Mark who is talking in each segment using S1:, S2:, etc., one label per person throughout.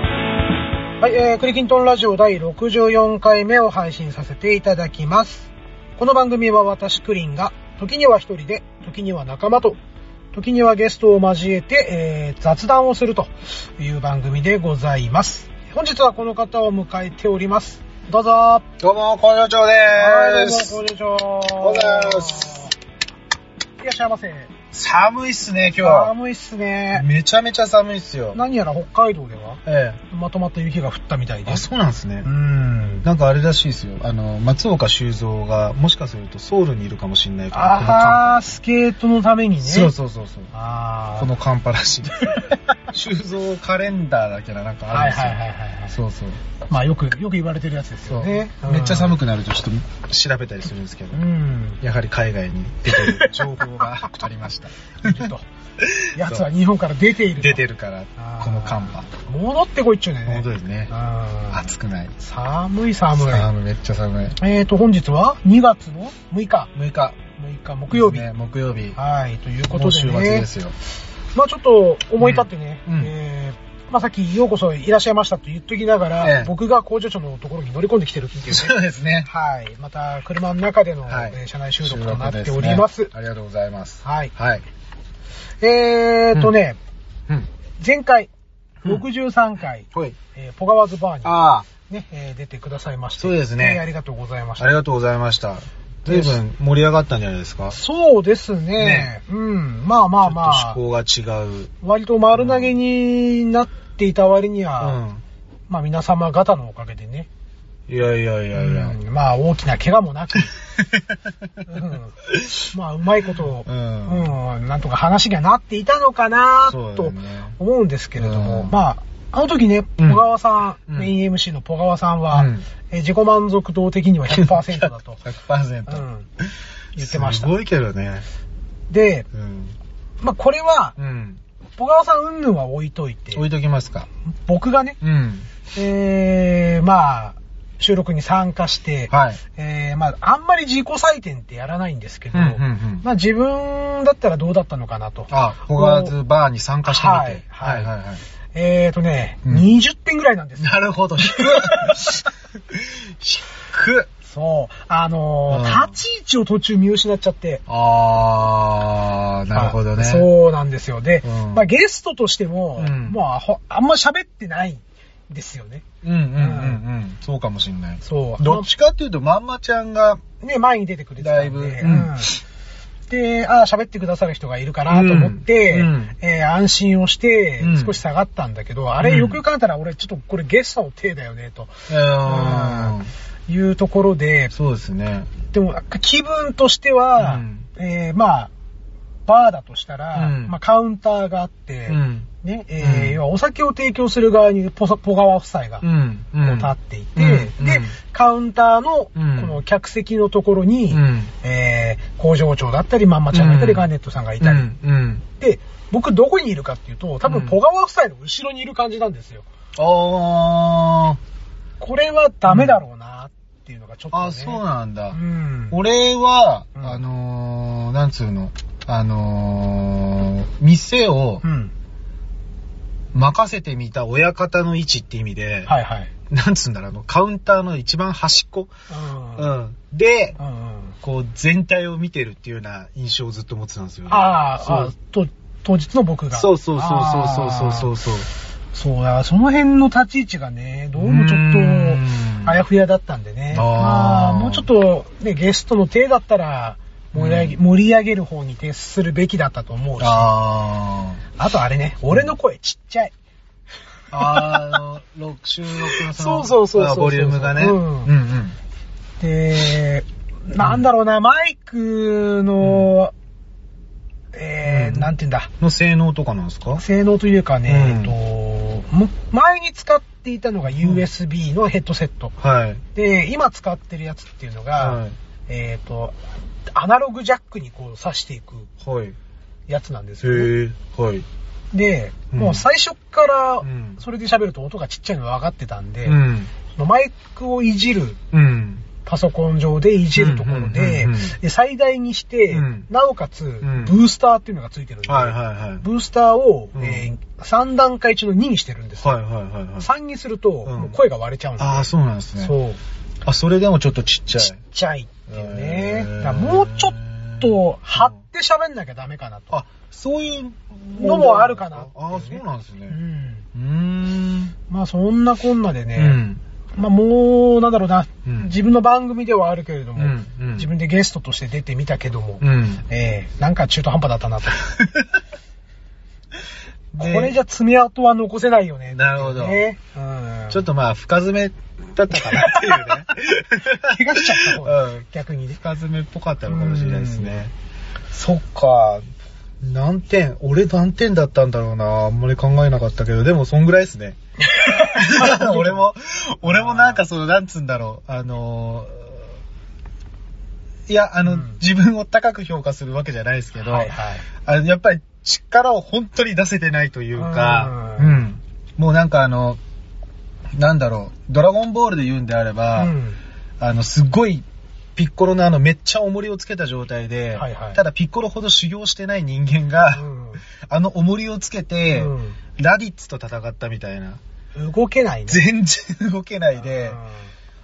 S1: はい、えー、クリキントンラジオ第64回目を配信させていただきます。この番組は私クリンが、時には一人で、時には仲間と、時にはゲストを交えて、えー、雑談をするという番組でございます。本日はこの方を迎えております。どうぞー。
S2: どうも、工場長で
S1: はい、
S2: ー
S1: どう
S2: す
S1: も、。こんにちは。
S2: おはようございます
S1: いらっしゃいませ。
S2: 寒いっすね、今
S1: 寒いっす
S2: 日。
S1: ね。
S2: めちゃめちゃ寒いっすよ。
S1: 何やら北海道では、
S2: え
S1: まとまった雪が降ったみたい
S2: え。
S1: で
S2: あ、
S1: す。
S2: そうなんですね
S1: う。ん。
S2: なんかあれらしいですよ。あの、松岡修造が、もしかするとソウルにいるかもしれないから、この
S1: あはー、スケートのためにね。
S2: 寒波。そうそうそうそう。
S1: あー。
S2: この寒波ら しいです。修造カレンダーだけな、なんかあ
S1: は
S2: る
S1: い
S2: んです
S1: は
S2: よ。
S1: いはいはいはい。
S2: そうそう。
S1: まあよく、よく言われてるやつです
S2: そ
S1: よ
S2: う、
S1: ね。
S2: めっちゃ寒
S1: く。
S2: くなるとちょっと調べたりするんですけど
S1: う、ん。
S2: やはり海外に出てる情報が ありました。
S1: い ると。やつは日本から出ていると。
S2: 出てるから
S1: あ、ー
S2: この寒波。
S1: 戻ってこいっちゅうね。
S2: 本当ですね。
S1: うん。
S2: 暑くない。
S1: 寒い寒い。
S2: 寒い、めっちゃ寒い。
S1: えーと、本日は2月の6日。
S2: 6日。
S1: 6日木曜日。
S2: ね、木曜日。
S1: はい、というこ
S2: 今
S1: とで、
S2: 週
S1: ね。
S2: 末ですよ。
S1: まあちょっと思い立ってね、
S2: うんうん
S1: えーまあさっきようこそいらっしゃいましたと言っときながら、
S2: ええ
S1: 僕が工場長のところに乗り込んできてるっていうね。
S2: そうですね。
S1: はい。また車の中での、
S2: はい
S1: えー車内収録となっております。
S2: 収録でねありがとうございます。
S1: はい。
S2: はい。
S1: えーとね、
S2: うん。
S1: 前回、
S2: うん
S1: 63回、
S2: ほい。
S1: えーポガワズバーに、
S2: あ
S1: ねえー出てくださいまして。
S2: そうですね
S1: ありがとうございまし
S2: あ、あ
S1: た。
S2: りがとうございました。随分盛り上がったんじゃないですか
S1: そうですね
S2: ね
S1: うん。まあまあま
S2: ちょっ
S1: あ
S2: と、趣向が違う。
S1: 割と丸投げになっていた割には、まあ皆様方のおかげでね、
S2: うん。いやいやいやいや。
S1: うんまあ大きな怪我も なく、うんまあうまいことを、
S2: う
S1: うんん、なんとか話がなっていたのかな
S2: そうだよ
S1: と
S2: ね
S1: 思うんですけれども、
S2: うん
S1: まあ、あの時ね、
S2: うん
S1: 小川さん、
S2: うん
S1: メイン MC の小川さんは、
S2: うん
S1: えー自己満足度的には100%だと、う
S2: 100%。
S1: ん、言ってまし
S2: す
S1: た。
S2: ごいけどね。
S1: で、
S2: うん。
S1: まあこれは、
S2: うん。
S1: 小川さん云々は置いといて、
S2: 置いときますか。
S1: 僕がね、
S2: うん。
S1: えー、まあ、収録に参加して、
S2: はい。
S1: えー、まあ、あんまり自己採点ってやらないんですけど、
S2: うんうんうん
S1: まあ、自分だったらどうだったのかなと。
S2: あ、ホガーズバーに参加してみて。
S1: はいはい
S2: はい。
S1: えーとね、
S2: うん
S1: 20点ぐらいなんですよ。
S2: なるほど、低っ。低っ。
S1: そう。あのー
S2: うん
S1: 立ち位置を途中見失っちゃって。
S2: あー、なるほどね。
S1: あそうなんですよ。で、
S2: うん
S1: まあ、ゲストとしても、
S2: うん
S1: もうあほあんま喋ってないんですよね。
S2: うんうんうんうん。そうかもしんない。
S1: そう。
S2: どっちかっていうと、まんまちゃんが、
S1: ね、前に出てくれてたんで。
S2: だい
S1: う
S2: ぶうんん
S1: で、ああ、喋ってくださる人がいるかなと思って、
S2: うんうん
S1: えー安心をして
S2: うん、
S1: 少し下がったんだけど、あれ、
S2: うん
S1: よくよく考えたら、俺、ちょっとこれゲストの手だよね、と
S2: うーん
S1: いうところで、
S2: そうですね。
S1: でも、なんか気分としては、
S2: うん
S1: えーまあ、バーだとしたら、
S2: うん
S1: まあ、カウンターがあって、
S2: うん。
S1: ね、えー
S2: うん
S1: 要はお酒を提供する側にポソポガワ夫妻が、
S2: う
S1: こ
S2: ん。う。
S1: うん立っていて、
S2: うん
S1: で
S2: うん、
S1: カウンターの、こ
S2: うん
S1: の客席のところに、
S2: うん。
S1: えー、工場長だったり、まんまちゃんがいたり、
S2: うん
S1: ガーネットさんがいたり。
S2: うんうん。
S1: で、僕どこにいるかっていうと、多分、
S2: うん
S1: ポガワ夫妻の後ろにいる感じなんですよ。
S2: あー。
S1: これはダメだろうなっていうのがちょっと、ね。
S2: あ、そうなんだ。
S1: うん。
S2: 俺は、
S1: うん
S2: あのー、なんつうの、あのー、店を
S1: うん。
S2: 任せてみた親方の位置って意味で、
S1: はいはい。
S2: なんつうんだろう、あの、カウンターの一番端っこ、
S1: うん。
S2: う
S1: うん
S2: ん。で、
S1: うん。
S2: こう、全体を見てるっていうような印象をずっと持ってたんですよね。
S1: あー
S2: そ
S1: あ
S2: う。
S1: と、当日の僕が。
S2: そうそうそうそうそうそう
S1: う。
S2: そう。
S1: そうだ、その辺の立ち位置がね、どうもちょっと
S2: うーん、
S1: あやふやだったんでね。
S2: あー
S1: まあ、もうちょっと、ね、ゲストの手だったら、盛り上げ、
S2: う
S1: 盛り上げる方に徹するべきだったと思うし。
S2: あー
S1: あとあれね、俺の声ちっちゃい。
S2: あー、あの、6収録のその、
S1: そうそうそうそうそう
S2: あボリュームがね。
S1: うん
S2: うんうん。
S1: で、なんだろうな、マイクの、えー、
S2: うん
S1: なんて言うんだ、
S2: の性能とかなんですか
S1: 性能というかね、
S2: うん
S1: えっと、む前に使っていたのが USB のヘッドセット。
S2: はい。
S1: で、今使ってるやつっていうのが、
S2: は
S1: えっと、アナログジャックにこう挿していく
S2: い。はい。
S1: やつなんですよ、ね。
S2: へえ、はい。
S1: で、
S2: うん
S1: もう最初から
S2: うん、
S1: それで喋ると音がちっちゃいの分かってたんで、
S2: うん。
S1: そのマイクをいじる
S2: うん。
S1: パソコン上でいじるところで
S2: うんうんうんうん、
S1: で最大にして
S2: うん、
S1: なおかつ、ブ
S2: ん
S1: ースターっていうのがついてるんで、
S2: はいはいはい。
S1: ブースターを
S2: うん
S1: 3段階中の2にしてるんですよ。
S2: はいはいはいはい。
S1: 3にすると、
S2: うん
S1: もう声が割れちゃうんで。
S2: ああ、そうなんですね。
S1: そう。
S2: あ、それでもちょっとちっちゃ
S1: ちっ
S2: い。
S1: ちゃいっていうね
S2: へ。ー
S1: だからもうちょっと張って喋んなきゃダメかなと。
S2: あ、そういう
S1: のもあるかな
S2: ああ、そうなんです
S1: う
S2: ね。
S1: ん。
S2: うーん。
S1: まあそんなこんなで
S2: う
S1: ね、
S2: ん。
S1: まあもう、なんだろうな、
S2: うん
S1: 自分の番組ではあるけれども、
S2: うんうん
S1: 自分でゲストとして出てみたけども、
S2: うん。
S1: ええなんか中途半端だったなと。こ
S2: で
S1: れじゃ爪痕は残せないよね。
S2: なるほど
S1: ねうん、
S2: ちょっとまあ、深爪だったかなっていうね。
S1: 怪我しちゃった方が、
S2: うん
S1: 逆にね。
S2: 深爪っぽかったのかもしれないですね。
S1: そっか。
S2: 何点俺何点だったんだろうなあんまり考えなかったけど、でもそんぐらいですね。 俺も、俺もなんかその、なんつうんだろう、あのー、いや、あの、
S1: うん
S2: 自分を高く評価するわけじゃないですけど、
S1: はいはい。
S2: あのやっぱり力を本当に出せてないというか、
S1: う
S2: うんん、もうなんかあの、なんだろう、ドラゴンボールで言うんであれば、
S1: うん
S2: あの、すっごい、ピッコロのあの、めっちゃ重りをつけた状態で、
S1: はいはい
S2: ただピッコロほど修行してない人間が、あの重りをつけて、ラディッツと戦ったみたいな。
S1: うん動けないね。
S2: 全然動けないで
S1: うん、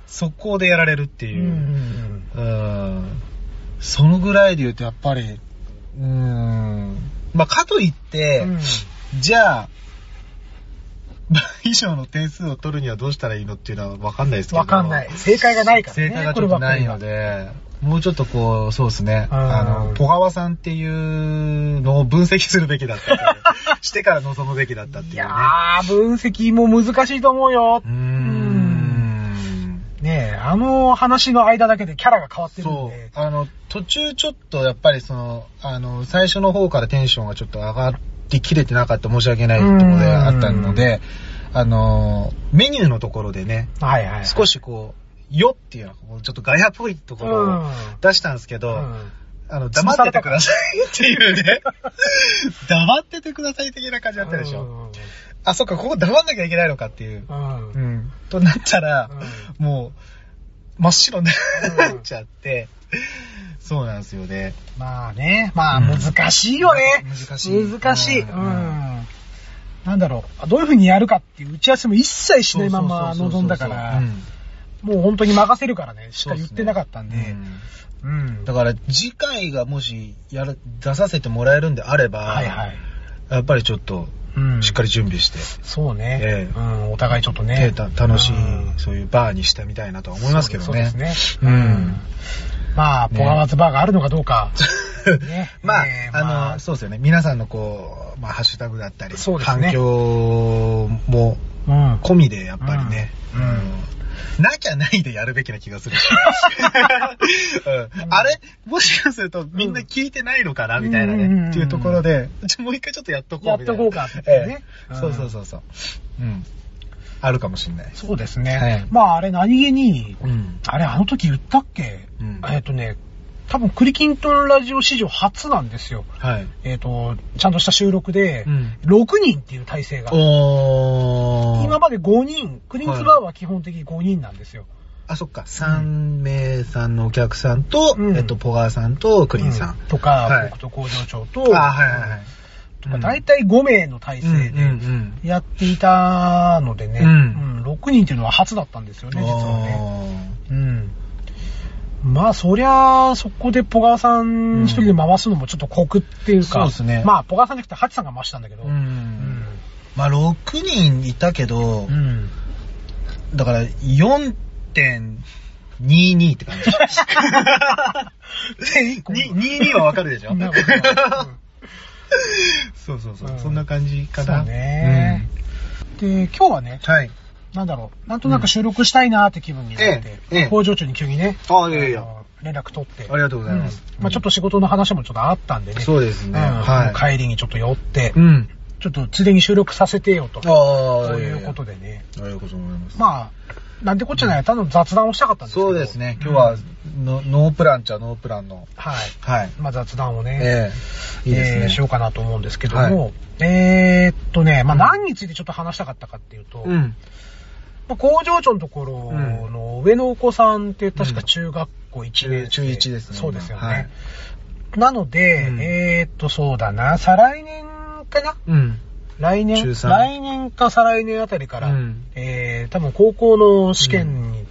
S2: 速攻でやられるって
S1: うん
S2: いうう。
S1: ん
S2: うん。そのぐらいで言うと、やっぱり、うん。まあ、かといっ
S1: う
S2: て、
S1: ん。
S2: じゃあ、 倍以上の点数を取るにはどうしたらいいのっていうのは分かんないですけど。
S1: わかんない。正解がないからね。
S2: 正解がちょっとないので、もうちょっとこう、そうですね。
S1: うん
S2: あの、小川さんっていうのを分析するべきだったっていう してから臨むべきだったっていう
S1: い
S2: ね。
S1: やー、分析も難しいと思うよ
S2: うー。ん。
S1: ねえ、あの話の間だけでキャラが変わってるん
S2: そ
S1: で。
S2: う。あの、途中ちょっとやっぱりその、あの、最初の方からテンションがちょっと上がってきれてなかった申し訳ないところであったので、あの、メニューのところでね、
S1: はいはいはい。
S2: 少しこう、よっていうのはこうちょっとガヤっぽいところを出したんですけど、
S1: うん
S2: あの、黙っててくださいっていうね。 黙っててください的な感じだったでしょ。あ、そっか、ここ黙んなきゃいけないのかっていう
S1: う。ん。う
S2: うんん。となったら、もう、真っ白になっちゃって、そうなんですよね。
S1: まあね、まあ
S2: うん
S1: 難しいよね。
S2: 難しい
S1: 難しい。う
S2: うん
S1: ん。なんだろう、どういう風にやるかっていう打ち合わせも一切しないまま
S2: そうそうそうそう
S1: 臨んだから、もう本当に任せるからね、しか言ってなかったんで。うん。
S2: だから次回がもしやる出させてもらえるんであれば、
S1: はいはい。
S2: やっぱりちょっと
S1: うん
S2: しっかり準備して、
S1: そうね
S2: え。え
S1: うん、お互いちょっとね
S2: ね。た楽し
S1: う
S2: い、
S1: ん
S2: そういうバーにしたみたいなとは思いますけどね。
S1: そうですね。
S2: うん
S1: まあ、ポ
S2: ね
S1: ガワズバーがあるのかどうか。ね
S2: まあ、
S1: ね
S2: あの、
S1: まあ
S2: そうですよね。皆さんのこう、まあ、ハッシュタグだったり、
S1: そうですね
S2: 環境も
S1: うん。
S2: 込みで、やっぱりね、
S1: うんうん
S2: なきゃないでやるべきな気がするし。
S1: うん
S2: うんあれもしかするとみんな聞いてないのかな、みたいな
S1: うんうんうんうん
S2: ね。っていうところで、ちょもう一回ちょっとやっとこう
S1: やっ
S2: みたいな
S1: とこうかって
S2: ええ
S1: ね。ん
S2: そうそうそうそう。うん。あるかもしれない。
S1: そうですね。
S2: はい
S1: まあ、あれ何気に、
S2: うん。
S1: あれあの時言ったっけ、
S2: うん
S1: えっ、とね、多分クリキントンラジオ史上初なんですよ。
S2: はい。
S1: えっ、と、ちゃんとした収録で、
S2: うん
S1: 6人っていう体制が。
S2: おー。
S1: 今まで5人、クリンツバーは基本的に5人なんですよ。
S2: あ、そっか。3名さんのお客さんと、
S1: うん
S2: えっと、ポガーさんとクリンさ
S1: う。
S2: ん
S1: とか、
S2: はい
S1: 僕と工場長と、
S2: あ、はいはいはい。
S1: とか、大体5名の体
S2: うん
S1: 制で
S2: うん
S1: やっていたのでね、
S2: うん
S1: うん6人っていうのは初だったんですよ
S2: うん。
S1: ね、実はね。
S2: ね。
S1: うん。まあ、そりゃ、そこでポガーさん一人で回すのもちょっと酷っていうか、
S2: うんそうですね
S1: まあ、ポガーさんじゃなくてハチさんが回したんだけど、
S2: う。
S1: うんん
S2: まあ、6人いたけ
S1: う、
S2: ど
S1: ん。
S2: だから4.22って 感じ。
S1: 1個。
S2: に22はわかるでしょ
S1: なるほど
S2: そうそうそうう。
S1: ん
S2: そんな感じか
S1: そ
S2: な。
S1: うねで、今日はね
S2: う、ん。はい。
S1: なんだろう、なんとなく収録したいなーって気分になって
S2: え、えええ
S1: 工場長に急にね、
S2: あ、いやいや。あ
S1: あの連絡取って、
S2: りがとうございます。
S1: まあちょっと仕事の話もちょっとあったんでね。
S2: そうです
S1: う
S2: ね。
S1: ん
S2: は
S1: 帰りにちょっと寄って
S2: い。う、ん。
S1: ちょっとついでに収録させてよと。
S2: ああ、
S1: ということ
S2: で。
S1: でね。
S2: ありがとうございます。
S1: まあ、なんてこっちゃない、ただの雑談をしたかったんですけど
S2: そうですね。今日は
S1: うん、
S2: のノープランっちゃノープランの。
S1: はい。
S2: はい。
S1: まあ雑談をね、
S2: ええ。いいです
S1: えー
S2: ね。
S1: しようかなと思うんですけども、えーっとね、まあ
S2: うん
S1: 何についてちょっと話したかったかっていうと、
S2: うん。
S1: まあ工場長のところの上のお子さんって確か中学校1年生、
S2: うん中中一ですね
S1: そうですよね。
S2: はい
S1: なので、
S2: うん
S1: えーっと、そうだな、再来年かな
S2: うん。
S1: 来
S2: 中
S1: 年
S2: 三
S1: 来年か再来年あたりから、
S2: うん
S1: えー、多分高校の試験に,、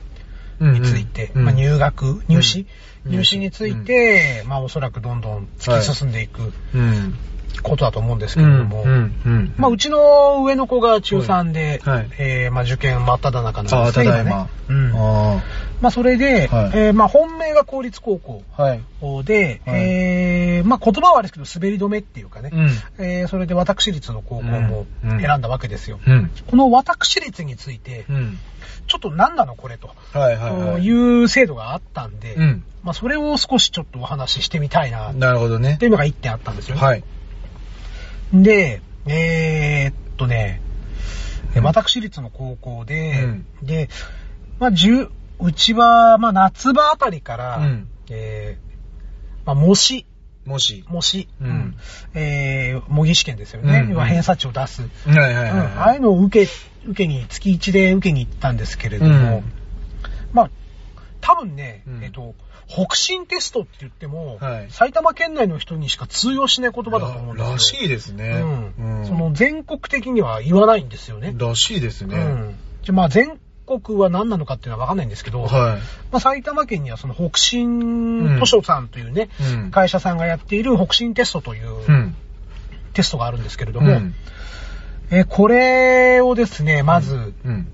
S2: うん
S1: について、
S2: うん
S1: まあ、入学、入試、
S2: うん
S1: 入試について、まあおそらくどんどん突き進んでいく
S2: うん。
S1: ことだと思うんです
S2: う
S1: けれど
S2: ん。
S1: も、
S2: うん。
S1: まあ、うちの上の子が中3で、
S2: はい
S1: えーまあ、受験真っ只中なん
S2: さ
S1: で
S2: あ、
S1: す
S2: た
S1: ね。
S2: だい
S1: 今
S2: ま
S1: ね。うん。ま
S2: あ
S1: あ、それで、
S2: はい
S1: えーまあ、本命が公立高
S2: あ。はい。
S1: 校で、
S2: はい
S1: えーまあ、言葉はあれですけど、滑り止めっていうかね、
S2: うん。
S1: えーそれで私立の高校も
S2: うんうん
S1: 選んだわけですよ。
S2: うん。
S1: この私立について
S2: う、ん。
S1: ちょっと何なのこれと、
S2: はいはいはい。
S1: い、う制度があったんで、
S2: うん。
S1: まあ、それを少しちょっとお話ししてみたいな、っ
S2: なるほどね
S1: て。いうのが1点あったんですよね。
S2: はい。
S1: で、えーっとね、え
S2: うん
S1: 私立の高校で、
S2: うん
S1: で、まあ、じゅうちは、まあ、夏場あたりから、
S2: うん
S1: えーまあ、模試、
S2: もし。
S1: 模試、
S2: うん
S1: えー模擬試験ですよね。
S2: うん
S1: 要は偏差値を出す。
S2: はいはい
S1: うんああ
S2: は
S1: いう
S2: い。
S1: のを受け、受けに、月1で受けに行ったんですけれど
S2: う
S1: も、
S2: ん
S1: まあ、多分ね、
S2: うん
S1: えっと、北進テストって言っても、
S2: はい
S1: 埼玉県内の人にしか通用しない言葉だと思うんですよ。
S2: らしいですね。
S1: うん
S2: うん
S1: その全国的には言わないんですよね。
S2: らしいです
S1: う
S2: ね。
S1: ん。じゃあまあ全国は何なのかっていうのはわかんないんですけど、
S2: は
S1: まあ埼玉県にはその北進図書さんというね、
S2: い。うん。。
S1: 会社さんがやっている北進テストといううんテストがあるんですけれど
S2: う
S1: も、
S2: ん。
S1: えーこれをですね、まず、
S2: うん。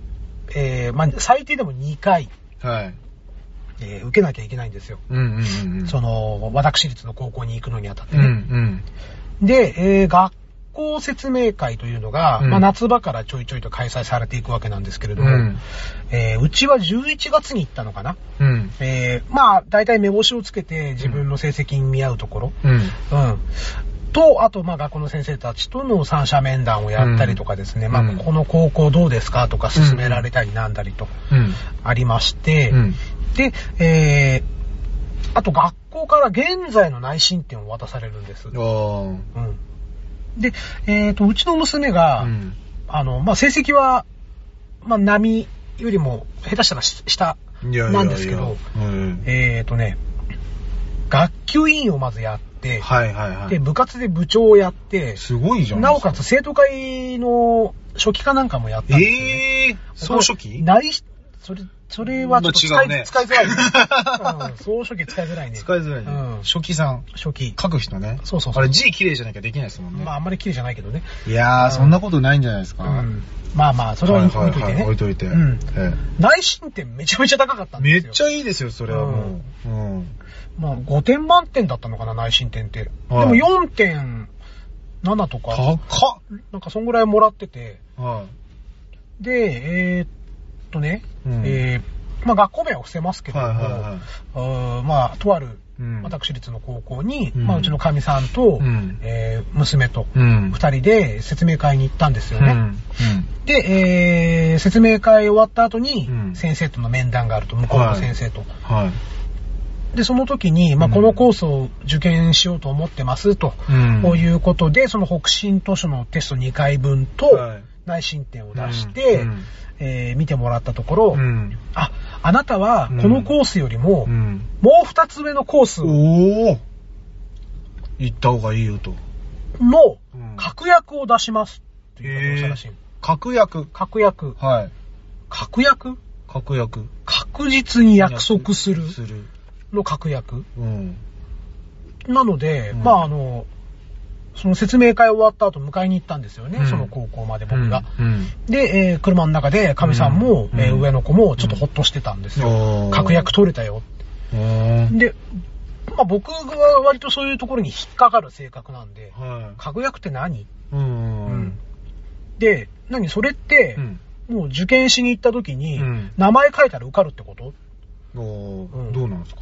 S1: えーまあ最低でも2回、
S2: はい。
S1: えー受けなきゃいけないんですよ。
S2: うんうんうん。
S1: その、私立の高校に行くのにあたって
S2: うん。
S1: ね。
S2: うん。
S1: で、えー学校説明会というのが、
S2: うん
S1: まあ夏場からちょいちょいと開催されていくわけなんですけれど
S2: う
S1: も、
S2: ん。
S1: えーうちは11月に行ったのかな。
S2: うん。
S1: えーまあ、大体目星をつけて自分の成績に見合うところ。
S2: うん。
S1: うん。と、あと、まあ、学校の先生たちとの三者面談をやったりとかですね、
S2: うん
S1: まあ、
S2: うん
S1: ここの高校どうですかとか勧められたりなんだりと
S2: うん。
S1: ありまして、
S2: うん。
S1: で、えーあと学校から現在の内申点を渡されるんです。う
S2: あ
S1: ん。で、えっ、と、うちの娘
S2: あ。
S1: が、
S2: うん。
S1: あの、まあ、成績は、まあ、波よりも下手したらし下
S2: いやいやいや
S1: なんですけど、
S2: うん。
S1: えーとね、学級委員をまずやって、
S2: はいはいは
S1: で、
S2: い。
S1: 部活で部長をやって、
S2: すごいじゃん。
S1: なおかつ生徒会の初期化なんかもやったんですよ、ね。
S2: ええ総書記
S1: ない、それ、それはちょっと
S2: ま
S1: 使
S2: あ
S1: い,、
S2: 違うね
S1: 使いづらい、 ねうん。総書記使いづらいね。
S2: 使いづらいね。
S1: うん
S2: 初期さん。
S1: 初期。
S2: 書く人ね。
S1: そうそうそう
S2: あれ字綺麗じゃなきゃできないですもんね。
S1: まあ、あんまり綺麗じゃないけどね。
S2: いやー、そんなことないんじゃないですか。
S1: うんまあまあ、それは置いといてね。
S2: 置いといて。
S1: うん。
S2: え
S1: 内申点めちゃめちゃ高かった
S2: え
S1: んで
S2: めっ
S1: すよ。
S2: ちゃいいですよ、それはもう。うん。
S1: まあ、5点満点だったのかな、内申点って。
S2: はい
S1: でも4.7とか。
S2: 高っ。
S1: なんかそんぐらいもらってて、
S2: は
S1: で、えーっとね、
S2: うん
S1: えーまあ学校名は伏せますけ
S2: い。
S1: ども、
S2: はいはいはい。
S1: あーまあとある
S2: うん
S1: 私立の高校に、
S2: うん
S1: まあうちのかみさんと、
S2: うん
S1: えー娘と
S2: うん。
S1: 二人で説明会に行ったんですよ
S2: うん。
S1: ね。で、えー説明会終わった後に
S2: うん
S1: 先生との面談があると、向こうの先生と。
S2: はい。
S1: で、その時に、まあ、
S2: うん
S1: このコースを受験しようと思ってますと、
S2: うん
S1: こういうことで、その北進図書のテスト2回分と、
S2: はい
S1: 内申点を出して、
S2: うん
S1: えー見てもらったところ、
S2: うん。
S1: あ、あなたはこのコースよりも、
S2: うん。
S1: もう2つ上のコースの
S2: おお行った方がいいよと。うん
S1: 確約を出しますっていうことをしたらしい。
S2: 確約。
S1: 確約。
S2: はい。
S1: 確約
S2: 確約。
S1: 確実に約束する
S2: する。
S1: の確約。
S2: うん。
S1: なので、
S2: うん
S1: まああの、その説明会終わった後迎えに行ったんですよね、
S2: うん
S1: その高校まで僕が。
S2: うん。
S1: で、えー車の中で、かみさんも、
S2: うん
S1: えー
S2: うん
S1: 上の子も、ちょっとほっとしてたんですよ。
S2: うん
S1: 確約取れたよ。
S2: うんおー
S1: で、まあ僕は割とそういうところに引っかかる性格なんで、
S2: は
S1: 確約って何
S2: い。うん。うん。
S1: で、何それって、もう受験しに行った時に、
S2: うん
S1: 名前書いたら受かるってこと
S2: おー
S1: うん
S2: どうなんですか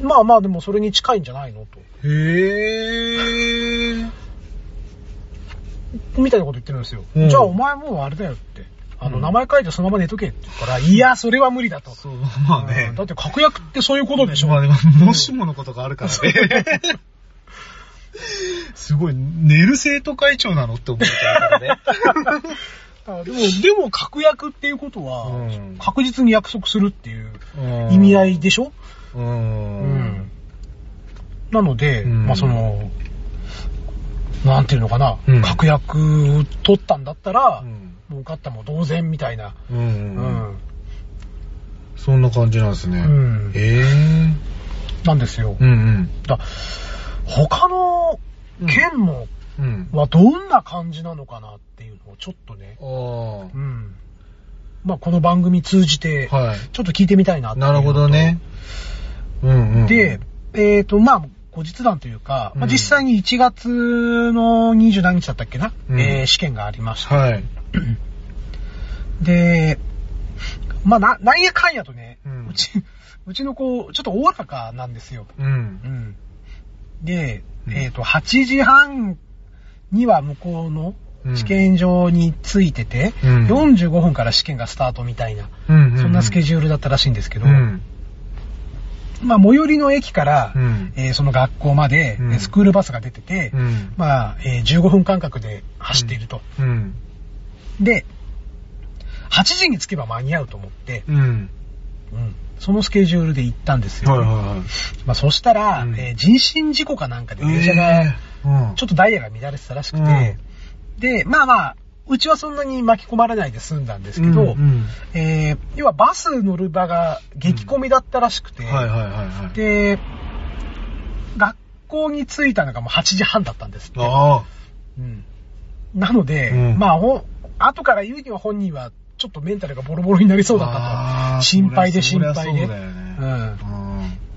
S1: まあまあでもそれに近いんじゃないの
S2: へー。
S1: と。みたいなこと言ってるんですよ。
S2: うん
S1: じゃあお前もうあれだよって。あの、
S2: うん
S1: 名前書いてそのまま寝とけって言ったから、いや、それは無理だと。
S2: そう、まあ
S1: う
S2: ね
S1: ん。だって確約ってそういうことでしょ。
S2: まあねもしものことがあ るからね。すごい、寝る生徒会長なのって思うからね。
S1: あでも、でも確約っていうことは、
S2: うん
S1: 確実に約束するっていう
S2: うん
S1: 意味合いでしょ、
S2: う
S1: うん
S2: ん。
S1: なので、
S2: うん
S1: まあその、なんていうのかな、
S2: うん
S1: 確約を取ったんだったら
S2: う、ん。
S1: 儲かったも同然みたいな。
S2: う。
S1: うんん。
S2: そんな感じなんですね。
S1: うん
S2: え
S1: なんですよ
S2: え。。うん
S1: だ他の県も、
S2: うん。うん。
S1: はどんな感じなのかなっていうのをちょっとね、
S2: あ
S1: うん。まあこの番組通じて、
S2: あ。はい。
S1: ちょっと聞いてみたいなっていう
S2: な
S1: のと
S2: るほどね。。うんうん。
S1: で、、えっ、と、まあ、後日談というか、まあ、
S2: うん
S1: 実際に1月の20何日だったっけな、
S2: うん
S1: えー試験がありました。
S2: はい。
S1: で、まあ、な、なんやかんやとね、
S2: う
S1: うんち、うちの子、ちょっとおおらかなんですよ。
S2: うん
S1: う。ん。で、
S2: うん
S1: えっ、と、8時半には向こうの
S2: うん
S1: 試験場に着いてて、
S2: うん
S1: 45分から試験がスタートみたいな、
S2: うん。
S1: そんなスケ
S2: ジ
S1: ジュールだったらしいんですけど、
S2: うん。
S1: まあ、最寄りの駅から、
S2: うん
S1: えーその学校まで、
S2: うん
S1: えースクールバスが出てて、
S2: うん。
S1: まあ、えー15分間隔で走っていると。
S2: うん。
S1: で、8時に着けば間に合うと思って、
S2: うん。
S1: うんそのスケジュールで行ったんですよ。
S2: はいはいはい。
S1: まあ、そしたら、
S2: うん
S1: えー人身事故かなんかで電車が、
S2: うん。
S1: ちょっとダイヤが乱れてたらしくて、で、まあまあ、うちはそんなに巻き込まれないで済んだんですけど、
S2: うん
S1: えー要はバス乗る場が激混みだったらしくて、
S2: うんはいはいはいはい。
S1: で、学校に着いたのがもう8時半だったんですって。
S2: あ
S1: うんなので、
S2: うん
S1: まあ、ほ後から言うには本人は、ちょっとメンタルがボロボロになりそうだった
S2: あー
S1: と。心配で
S2: そ
S1: 心
S2: りゃ
S1: 配で。
S2: そりゃそうだよね
S1: う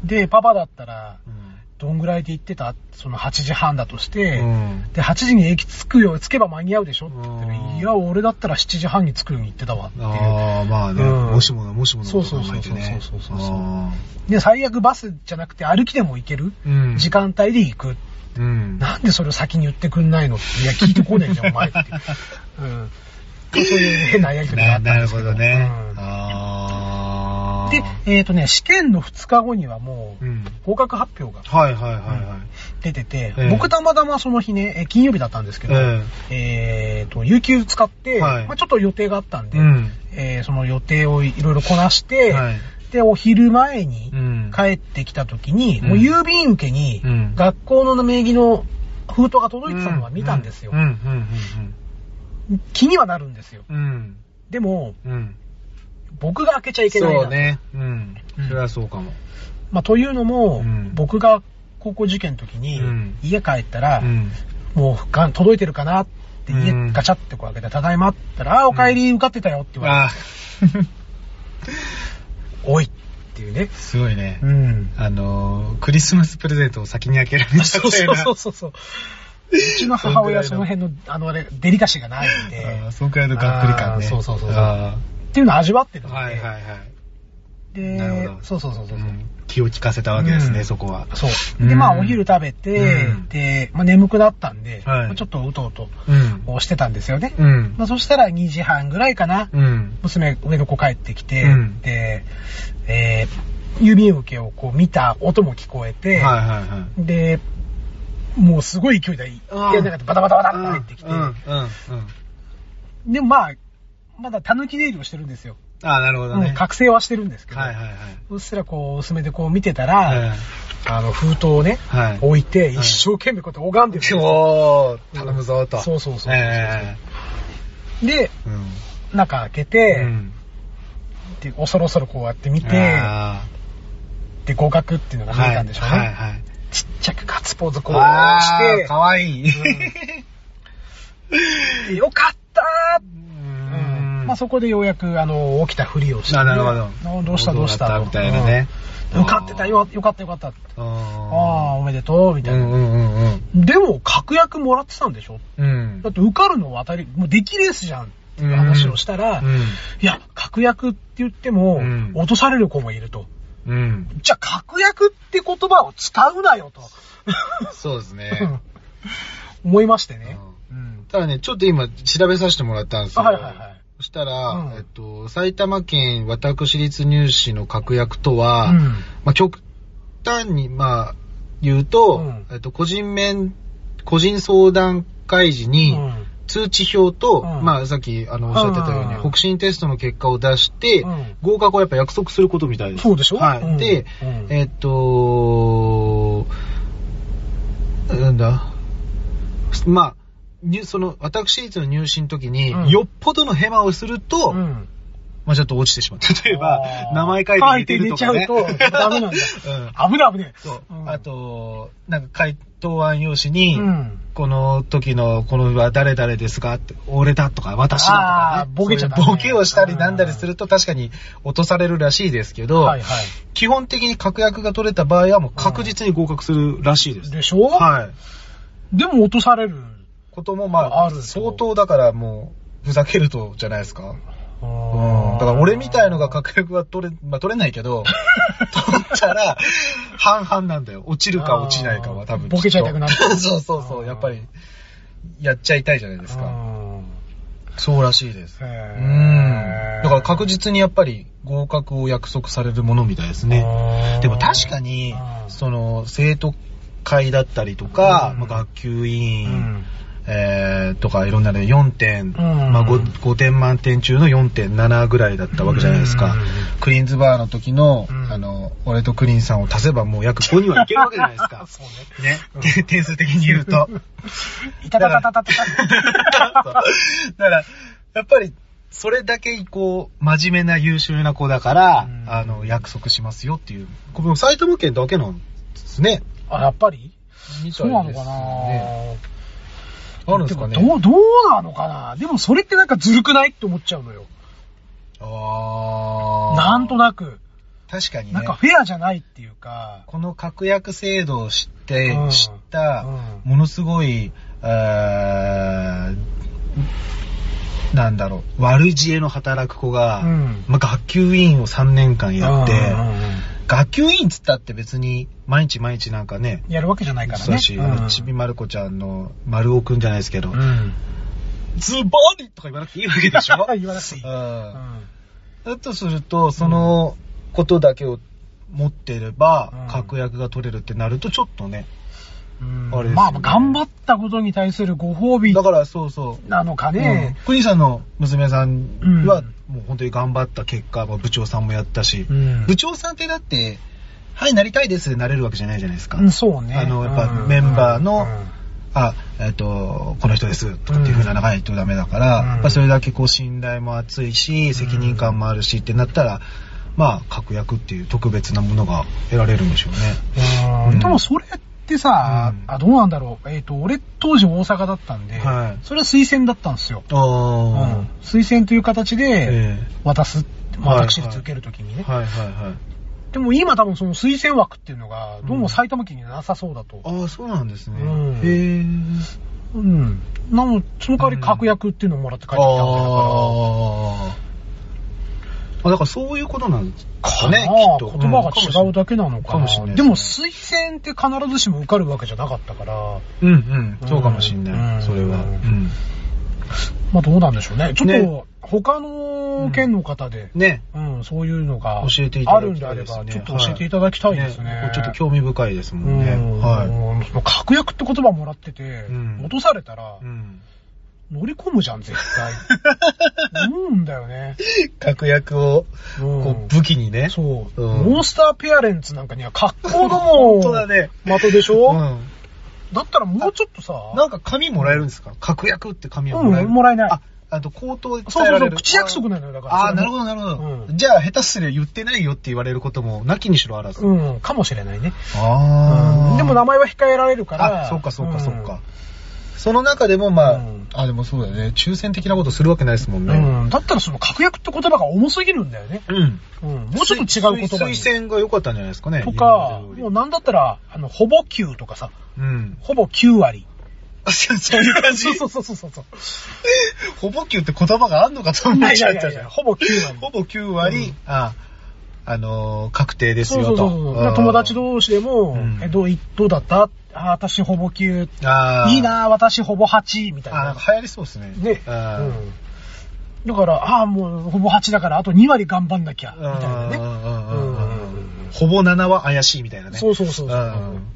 S1: んで、パパだったら、
S2: あ。うん。
S1: どんぐらいで行ってたその8時半だとして、
S2: うん
S1: で、8時に駅着くよ、着けば間に合うでしょって言ったら
S2: うん
S1: いや、俺だったら7時半に着くように言ってたわっていう。
S2: ああ、まあね、
S1: うん
S2: もしもの、もしものこと考えてね。
S1: そうそうそうそうそうそう
S2: あ
S1: で、最悪バスじゃなくて歩きでも行ける、
S2: ーうん。
S1: 時。間帯で行く
S2: うん。
S1: なんでそれを先に言ってくんないのっていや、聞いてこねえじゃん、お前って。 うん。そういう変なやりとりがあ
S2: な
S1: ったん
S2: な
S1: で
S2: る
S1: すけ
S2: ほ
S1: ど。
S2: どね。
S1: うん
S2: ああ。
S1: で、えっ、とね、試験の2日後にはも
S2: う
S1: う、
S2: ん。
S1: 合格発表が
S2: はいはいはいはい。
S1: 出てて、
S2: ええ
S1: 僕たまたまその日ね、えー金曜日だったんですけど、
S2: え
S1: えっ、と、有給使って、
S2: はい
S1: まあ、ちょっと予定があったんで、
S2: うん
S1: えーその予定をいろいろこなして、
S2: はい
S1: で、お昼前に
S2: うん
S1: 帰ってきた時に、
S2: うん
S1: もう郵便受けに
S2: うん
S1: 学校の名義の封筒が届いてたのは見たんですよ。
S2: うん、うん、
S1: 気にはなるんですよ。
S2: うん、うん。
S1: でも、
S2: うん、うん。
S1: 僕が開けちゃいけないな
S2: そうね。うん。それはそうかも。
S1: まあ、というのも、
S2: うん
S1: 僕が高校受験の時に、
S2: うん
S1: 家帰ったら、
S2: うん。
S1: もうが届いてるかなって、家
S2: うん
S1: ガチャってこう開けて、ただいまって言ったら、あー、お帰り、受かってたよって言われ
S2: ああ、
S1: て、おいっていうね。
S2: すごいね
S1: う。ん。
S2: あのー、クリスマスプレゼントを先に開けられちゃ
S1: そう
S2: った
S1: そ
S2: よ
S1: う
S2: な。
S1: そうそうそう。うちの母親はその辺の、あの、あれ、デリカシーがないんで、
S2: あー
S1: っ
S2: そんくらいのがっくり感ね。
S1: あーそうそうそうそう
S2: あ
S1: ていうのを味わって
S2: ー
S1: るので、
S2: はいはいはい。なる
S1: で
S2: ほ、ど
S1: そうそうそうそう。
S2: うん気を利かせたわけですね、
S1: うん
S2: そこは。
S1: そう。で、
S2: うん
S1: まあ、お昼食べて、
S2: うん
S1: で、まあ、眠くなったんで、
S2: はい
S1: まあちょっとうとうと
S2: うん。
S1: してたんですよね。
S2: うん
S1: ま。あ、そしたら2時半ぐらいかな、
S2: うん。
S1: 娘、上の子帰ってきて、
S2: うん
S1: で、えー郵便受けをこう見た音も聞こえ
S2: はい
S1: て、
S2: はいはい。
S1: で、もうすごい勢いで、い
S2: うん
S1: や、なんかバタバタバタって入ってきて、
S2: うん、うん、うん。
S1: でもまあ、まだ狸出入りをしてるんですよ。
S2: ああ、なるほど
S1: う
S2: ね
S1: ん。覚醒はしてるんですけど、
S2: はいはいはい。
S1: そしたらこう、娘でこう見てたら、
S2: はい
S1: あの、封筒をね、
S2: はい
S1: 置いて、
S2: はい
S1: 一生懸命こうやって拝んでるんですよ
S2: おー、頼むぞと。
S1: そうそうそうそう
S2: え
S1: で、
S2: えうん。
S1: 中開けて、
S2: うん
S1: で、おそろそろこうやって見て、
S2: あ
S1: で、合格っていう
S2: ー
S1: のが見えたんでしょうね。
S2: はいはいはい。
S1: ちっちゃくガッツポーズこう
S2: あ
S1: し
S2: ー
S1: て
S2: か、わいい。
S1: で よかったー
S2: うん
S1: まあそこでようやく、あの、起きたふりをして、
S2: なるほ
S1: あ
S2: ど。
S1: どうしたどうした
S2: みたいなね。
S1: うん受かってたよ、よかったよかった。
S2: うん。
S1: ああ、おめでとう、み
S2: う
S1: たい
S2: ん
S1: な。
S2: うんうん
S1: でも、確約もらってたんでしょ
S2: うん。
S1: だって受かるのは当たり、もう出来レースじゃんっていう話をしたら、
S2: うん
S1: いや、確約って言っても、
S2: うん
S1: 落とされる子もいると。
S2: うん。
S1: じゃあ、確約って言葉を使うなよと、
S2: そうですね。
S1: 思いましてね。うん。
S2: ただね、ちょっと今調べさせてもらったんです
S1: あ
S2: よ。
S1: はいはいはい。
S2: そしたら、
S1: うん
S2: えっと、埼玉県私立入試の確約とは、
S1: うん
S2: まあ、極端に、まあ、言うと、
S1: うん
S2: えっと、個人面、個人相談会時に、
S1: うん
S2: 通知表と、
S1: うん
S2: まあさっきあのおっしゃってたように、
S1: うん
S2: 北進テストの結果を出して、
S1: うん
S2: 合格をやっぱ約束することみたいです。
S1: そうでしょ
S2: はい。
S1: うん
S2: で、
S1: うん
S2: えっと、なんだ、まあ、入その、私立の入試の時に、
S1: うん
S2: よっぽどのヘマをすると、
S1: うん
S2: まあちょっと落ちてしま う。例えば
S1: あ、ー
S2: 名前書いて寝てるとかね。
S1: 書いて寝ちゃうとダメなんだ
S2: うん
S1: 危ない危ない。
S2: そう。
S1: うん
S2: あと、なんか回答案用紙に、
S1: うん
S2: この時のこのは誰々ですかって、俺だとか私だとか、
S1: あー
S2: ね、
S1: ボケちゃダメ
S2: そういうボケをしたりなんだりすると確かに落とされるらしいですけど、
S1: はいはい。
S2: 基本的に確約が取れた場合はもう確実に合格するらしいです。
S1: でしょ
S2: はい。
S1: でも落とされる。
S2: こともまあ、
S1: あると
S2: 相当だからもう、ふざけるとじゃないですか。うんだから俺みたいのが確約は取れ、 まあ取れないけど、取ったら、半々なんだよ。落ちるか落ちないかは多分きっと。
S1: ボケちゃいたくなる
S2: そうそうそう。やっぱり、やっちゃいたいじゃないですか。
S1: うん
S2: そうらしいです。
S1: へ
S2: う
S1: ー
S2: ん。だから確実にやっぱり合格を約束されるものみたいですね。
S1: あー
S2: でも確かに
S1: あ、ー
S2: その、生徒会だったりとか、
S1: うん
S2: まあ学級委
S1: う
S2: 員、
S1: ん
S2: えー、とかいろんなね、4点、まあ
S1: うん
S2: 5, 5点満点中の4.7ぐらいだったわけじゃないですか。
S1: うん
S2: クリーンズバーの時の、
S1: うん。
S2: あの、俺とクリーンさんを足せばもう約5にはいけるわけじゃないです か
S1: そうね。
S2: ね、点数的に言 うと。
S1: いたたたたたた
S2: そうだから、やっぱり、それだけ、こう、真面目な優秀な子だから、
S1: うん
S2: あの、約束しますよっていう。この埼玉県だけなんですね。
S1: あ、やっぱりそうなのかな
S2: ねあるんですかね。
S1: でもどう、どうなのかなでもそれってなんかずるくないって思っちゃうのよ。
S2: あー
S1: なんとなく。
S2: 確かにね。
S1: なんかフェアじゃないっていうか。
S2: この確約制度を知って、
S1: うん
S2: 知った
S1: うん、
S2: ものすごい、えーなんだろう、悪知恵の働く子が、
S1: うん
S2: まあ、学級委員を3年間やって、
S1: うんうんうん
S2: 学級委員っつったって別に、毎日毎日なんかね、
S1: やるわけじゃないからね。
S2: そうだし、あのちび
S1: ま。
S2: まる子ちゃんの丸尾くんじゃないですけど、
S1: うん。
S2: ズバリとか言わなくていいわけでしょ
S1: 言わなくていい
S2: うん
S1: うん
S2: だとすると、そのことだけを持ってれ
S1: うん
S2: ば、確約が取れるってなると、ちょっとね、
S1: うん
S2: あれですよ
S1: ま
S2: ね
S1: あ、頑張ったことに対するご褒美
S2: だからそうそう、
S1: なのかね。
S2: クニさんの娘さん
S1: う
S2: は
S1: ん、
S2: もう本当に頑張った結果、まあ部長さんもやったし、
S1: うん
S2: 部長さんってだって、はい、なりたいですでなれるわけじゃないじゃないですか。
S1: うんそうね。
S2: あの、やっ
S1: うんうん
S2: ぱ
S1: うん
S2: メンバーの、
S1: うん
S2: あ、えっ、と、この人ですとかっていう風な長いとダメだから、
S1: うん
S2: やっぱそれだけこう信頼も厚いし、責任感もあるしってなったら、まあ、確約っていう特別なものが得られるんでしょうね。
S1: うんでもそれってさ、
S2: うん
S1: あどうなんだろう。えっ、と、俺当時大阪だったんで、
S2: はい
S1: それは推薦だったんですよ。うん
S2: ああ、
S1: 推薦という形で
S2: え
S1: 渡す、
S2: はい
S1: 私立受けるときにね、
S2: えはいはいはい。
S1: でも今多分その推薦枠っていうのが、どうも埼玉県になさそうだと。
S2: ああ、そうなんですね。
S1: うん
S2: へえ。
S1: うん。なので、その代わり確約っていうのをもらって帰ってきたわけだから。
S2: あーあ。だからそういうことなんですかね、き
S1: まあ
S2: っと。
S1: 言葉が違うだけなのか
S2: か
S1: な。
S2: もしれな
S1: で
S2: いですね
S1: も推薦って必ずしも受かるわけじゃなかったから、
S2: うんうん。そうかもしんない。
S1: うん
S2: それは。
S1: う
S2: うんん。
S1: まあどうなんでしょうね。ちょっと、
S2: ね
S1: 他の県の方で、
S2: ね。
S1: うん、そういうのが
S2: 教えてい
S1: あ
S2: ただ
S1: るん
S2: き
S1: で
S2: た
S1: あ
S2: い
S1: れ
S2: です
S1: ば、
S2: ね。
S1: ちょっと教えていただきたいですね。
S2: ここちょっと興味深いですもんね。
S1: うん
S2: は
S1: その確約って言葉もらってて、
S2: うん
S1: 落とされたら
S2: い。う、ん。
S1: 乗り込むじゃん、絶 対。思うんだよね。
S2: 確約を、
S1: うん
S2: こう、武器にね。
S1: そう、
S2: うん
S1: モンスターペアレンツなんかには格好のも
S2: 本当だね。
S1: 的でしょ、
S2: うん。
S1: だったらもうちょっとさ、
S2: なんか紙もらえるんですか確約って紙はもらえる
S1: うんもらえない
S2: あ、あと口頭で伝
S1: そうそ
S2: え
S1: う
S2: ら
S1: そ
S2: れ
S1: う、
S2: る。
S1: 口約束なのよ、だから。
S2: ああ、なる
S1: ほ
S2: ほど、なるほど
S1: う。ん
S2: じゃあ、下手すりゃ言ってないよって言われることも、なきにしろあらず。
S1: うん、かもしれないね。
S2: あ
S1: うんでも名前
S2: 前
S1: は控えられるから。
S2: あ、そっかそっ
S1: う
S2: か
S1: ん
S2: そっか。。その中でも、まあ、
S1: うん
S2: あ、でもそうだよね。抽選的なことするわけないですもん
S1: う
S2: ね。
S1: ん、だったらその確約って言葉が重すぎるんだよね。
S2: うん。
S1: うん、もうちょっと違う言葉に。
S2: 推薦が良かったんじゃないですかね。
S1: とか、も
S2: 今まで
S1: う
S2: 通
S1: なんだったら、あの、ほぼ9とかさ、
S2: りうん。
S1: ほぼ9割。
S2: そういう感じ
S1: そうそうそうそうそう。
S2: ほぼ9って言葉があんのかと思っちゃった
S1: いやいやいや
S2: じ
S1: い
S2: ゃ
S1: や
S2: ん。
S1: ほぼ9割。
S2: ほぼ9割、あ、あのー、確定です
S1: そう
S2: よ
S1: そ
S2: と。
S1: うそうそう。だから友達同士でも、
S2: うん
S1: え、どうい、どうだったあー、私ほぼ9。
S2: あー
S1: いい。なー私ほぼ8、みたい
S2: あ
S1: な。
S2: ー、流行りそうですね。
S1: ね。
S2: あーうん
S1: うん。だから、ああ、もうほぼ8だから、あと2割頑張んなきゃ、み
S2: うん
S1: たいな
S2: う
S1: ね。
S2: んうんうん
S1: うん
S2: ほぼ7は怪しいみたいなね。
S1: そうそうそうそう
S2: うん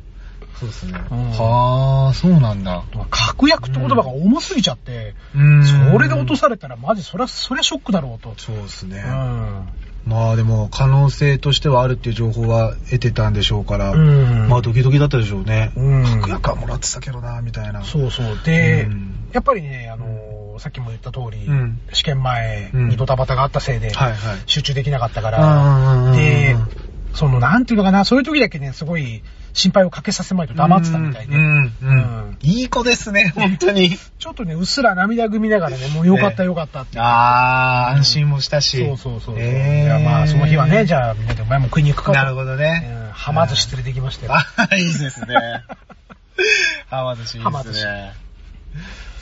S2: そうですね。
S1: うん
S2: はあ、そうなんだ。
S1: 確約って言葉が重すぎちゃって、
S2: うん
S1: それで落とされたらマジそりゃ、そりゃショックだろうと。
S2: そうですね。
S1: うん。
S2: まあでも、可能性としてはあるっていう情報は得てたんでしょうから、
S1: うん
S2: まあドキドキだったでしょうね。
S1: うん
S2: 確約はもらってたけどな、みたいな。
S1: そうそう。で、
S2: うん
S1: やっぱりね、あのーさっきも言った通り、
S2: うん
S1: 試験前
S2: うん
S1: にドタバタがあったせいで、
S2: はいはい
S1: 集中できなかったか
S2: うんうんうんう
S1: ら、
S2: ん
S1: で、その、なんていうのかな、そういう時だけね、すごい心配をかけさせまいと黙ってたみたいで、
S2: うん、うん、
S1: うん
S2: いい子ですね、本当に。
S1: ちょっとね、うっすら涙ぐみながらね、もうよかったよかったって。
S2: ああ、安心もしたし。
S1: そうそうそう。
S2: えー
S1: いやまあ、その日はね、じゃあみんなでお前も食いに行くかと。
S2: なるほどね
S1: うん。はま寿司連れてきましたよ。
S2: あ、いいですね。はま寿司いい
S1: はま
S2: で
S1: 寿
S2: す
S1: 司
S2: ね。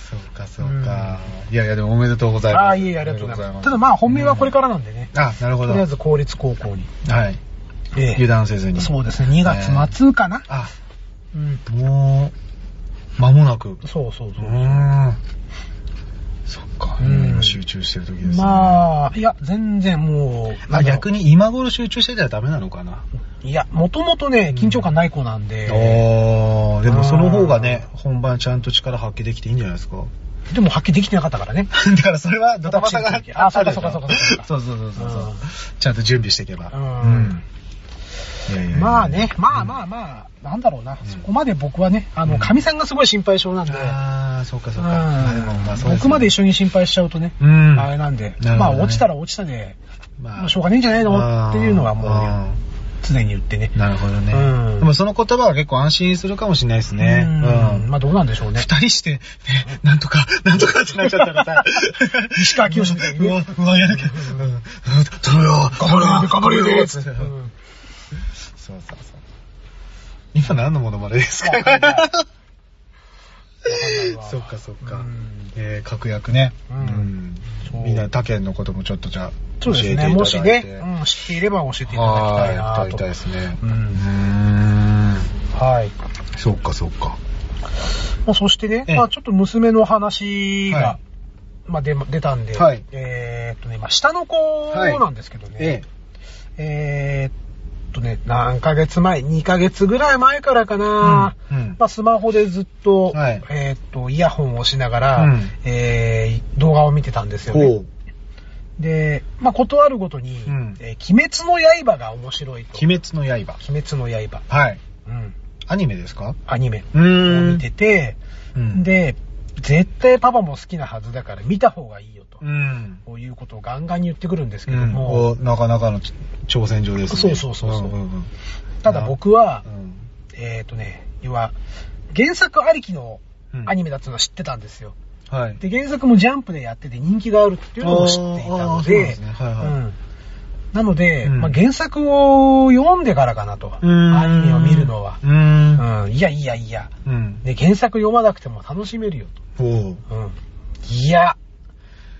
S2: そうか、そうか。いやいや、でもおめでとうございます。
S1: ああ、いえいえ、ありがとうございます。ただ
S2: あ
S1: まあ、本命はこれからなんでね、
S2: りがとうございます、あ、なるほ
S1: と
S2: ど。
S1: りあえず公立高校に。
S2: はい。
S1: え
S2: 油断せずに。
S1: そうですね、2月末かな。
S2: あ、
S1: うん。
S2: もう、間もなく。う
S1: そうそうそう。
S2: ーん。そっか。
S1: うん
S2: 今集中してる時ですね。あ。
S1: まあ、いや、全然もう、
S2: ま
S1: な
S2: あ
S1: んだろう
S2: 逆に今頃集中してたらダメなのかな。
S1: いや、もともとね、緊張感ない子なんで、
S2: おー、でもその方がね、本番ちゃんと力発揮できていいんじゃないですか。
S1: でも発揮できてなかったからね。
S2: だからそれはドタバタが
S1: あそうか
S2: るでし
S1: そ
S2: ょ
S1: うかそうかそうか
S2: そうそうそうそうそう
S1: うん
S2: ちゃんと準備していけば。
S1: うん
S2: うんいやいやいや
S1: まあ。ね、まあまあまあ、なんだろうな、そこまで僕はね、あ
S2: う
S1: の、
S2: ん
S1: かみさんがすごい心配性なんで、
S2: ああ、そうかそうか。まあでもまあそう
S1: うん僕まで一
S2: 緒。
S1: 緒に心配しちゃうとね、
S2: うん
S1: あれなんで、
S2: なるほどね
S1: まあ落ちたら落ちたで、
S2: ま
S1: もうしょうがねえんじゃないのっていうのはもう、常に言ってね。
S2: うんなるほどね。
S1: うん
S2: でもその言葉は結構安心するかもしれないですね。
S1: うんまあどうなんでしょうね。。
S2: 二人して、ね、なんとか、なんとかってなっちゃったらさ
S1: 西川きよしみたいにね
S2: うわ、うわ、やらなきゃ。うんうん頼むよ。頑
S1: 頑張れよ
S2: つって
S1: うん
S2: そうそうそう。今何のものまねですか
S1: わかんないわか
S2: そっかそっか
S1: うん。
S2: えー、確約ね。
S1: う
S2: うんん
S1: そう。
S2: みんな他県のこともちょっとじゃあ、
S1: そうですね、もしね、うん知っていれば教えていただき
S2: は
S1: た
S2: い、
S1: い
S2: や
S1: な
S2: って
S1: と。
S2: みたいですね。
S1: う
S2: うー
S1: ん。
S2: ん。
S1: はい。
S2: そっかそっか。
S1: まあ、そしてね、
S2: ええ
S1: まあ、ちょっと娘の話が、
S2: は
S1: まあ、出ま出たんで、
S2: はい
S1: えーっとね、まあ、下の子なんですけどね、
S2: え
S1: えーっとね、何ヶ月前、2ヶ月ぐらい前からかな、
S2: うんうん
S1: まあ、スマホでずっと、
S2: はい
S1: えーっと、イヤホンをしながら、
S2: うん
S1: えー動画を見てたんです
S2: え。
S1: よね。
S2: う。
S1: で、まあ、ことあるごとに、
S2: うん
S1: えー鬼滅の刃が面白いと。
S2: 鬼滅の刃。
S1: 鬼滅の刃。
S2: はい。
S1: うん。
S2: アニメですか
S1: アニメ
S2: う
S1: を
S2: ー
S1: 見てて、
S2: うん。
S1: で、絶対パパも好きなはずだから見た方がいいよと、
S2: うん。
S1: こういうことをガンガンに言ってくるんですけ
S2: う
S1: ど
S2: ん。
S1: も、
S2: おなかなかの挑戦状ですね。
S1: そうそうそうそうん
S2: んん
S1: ただ僕は、
S2: う
S1: えっ、とね、要は、原作ありきの
S2: ん
S1: アニメだっていうのは知ってたんですよ。
S2: はい。
S1: で、原作もジャンプでやってて人気があるっていうのも知っていた
S2: あー
S1: の
S2: あーそうなん
S1: で、
S2: ですねはいはい
S1: うんなので、
S2: うん
S1: まあ、原作を読んでからかなと、アニメを見るのは
S2: う。ーん。
S1: うん、いやいやいや、
S2: うん。
S1: で、原作読まなくても楽しめるよと。
S2: おう
S1: うん。いや、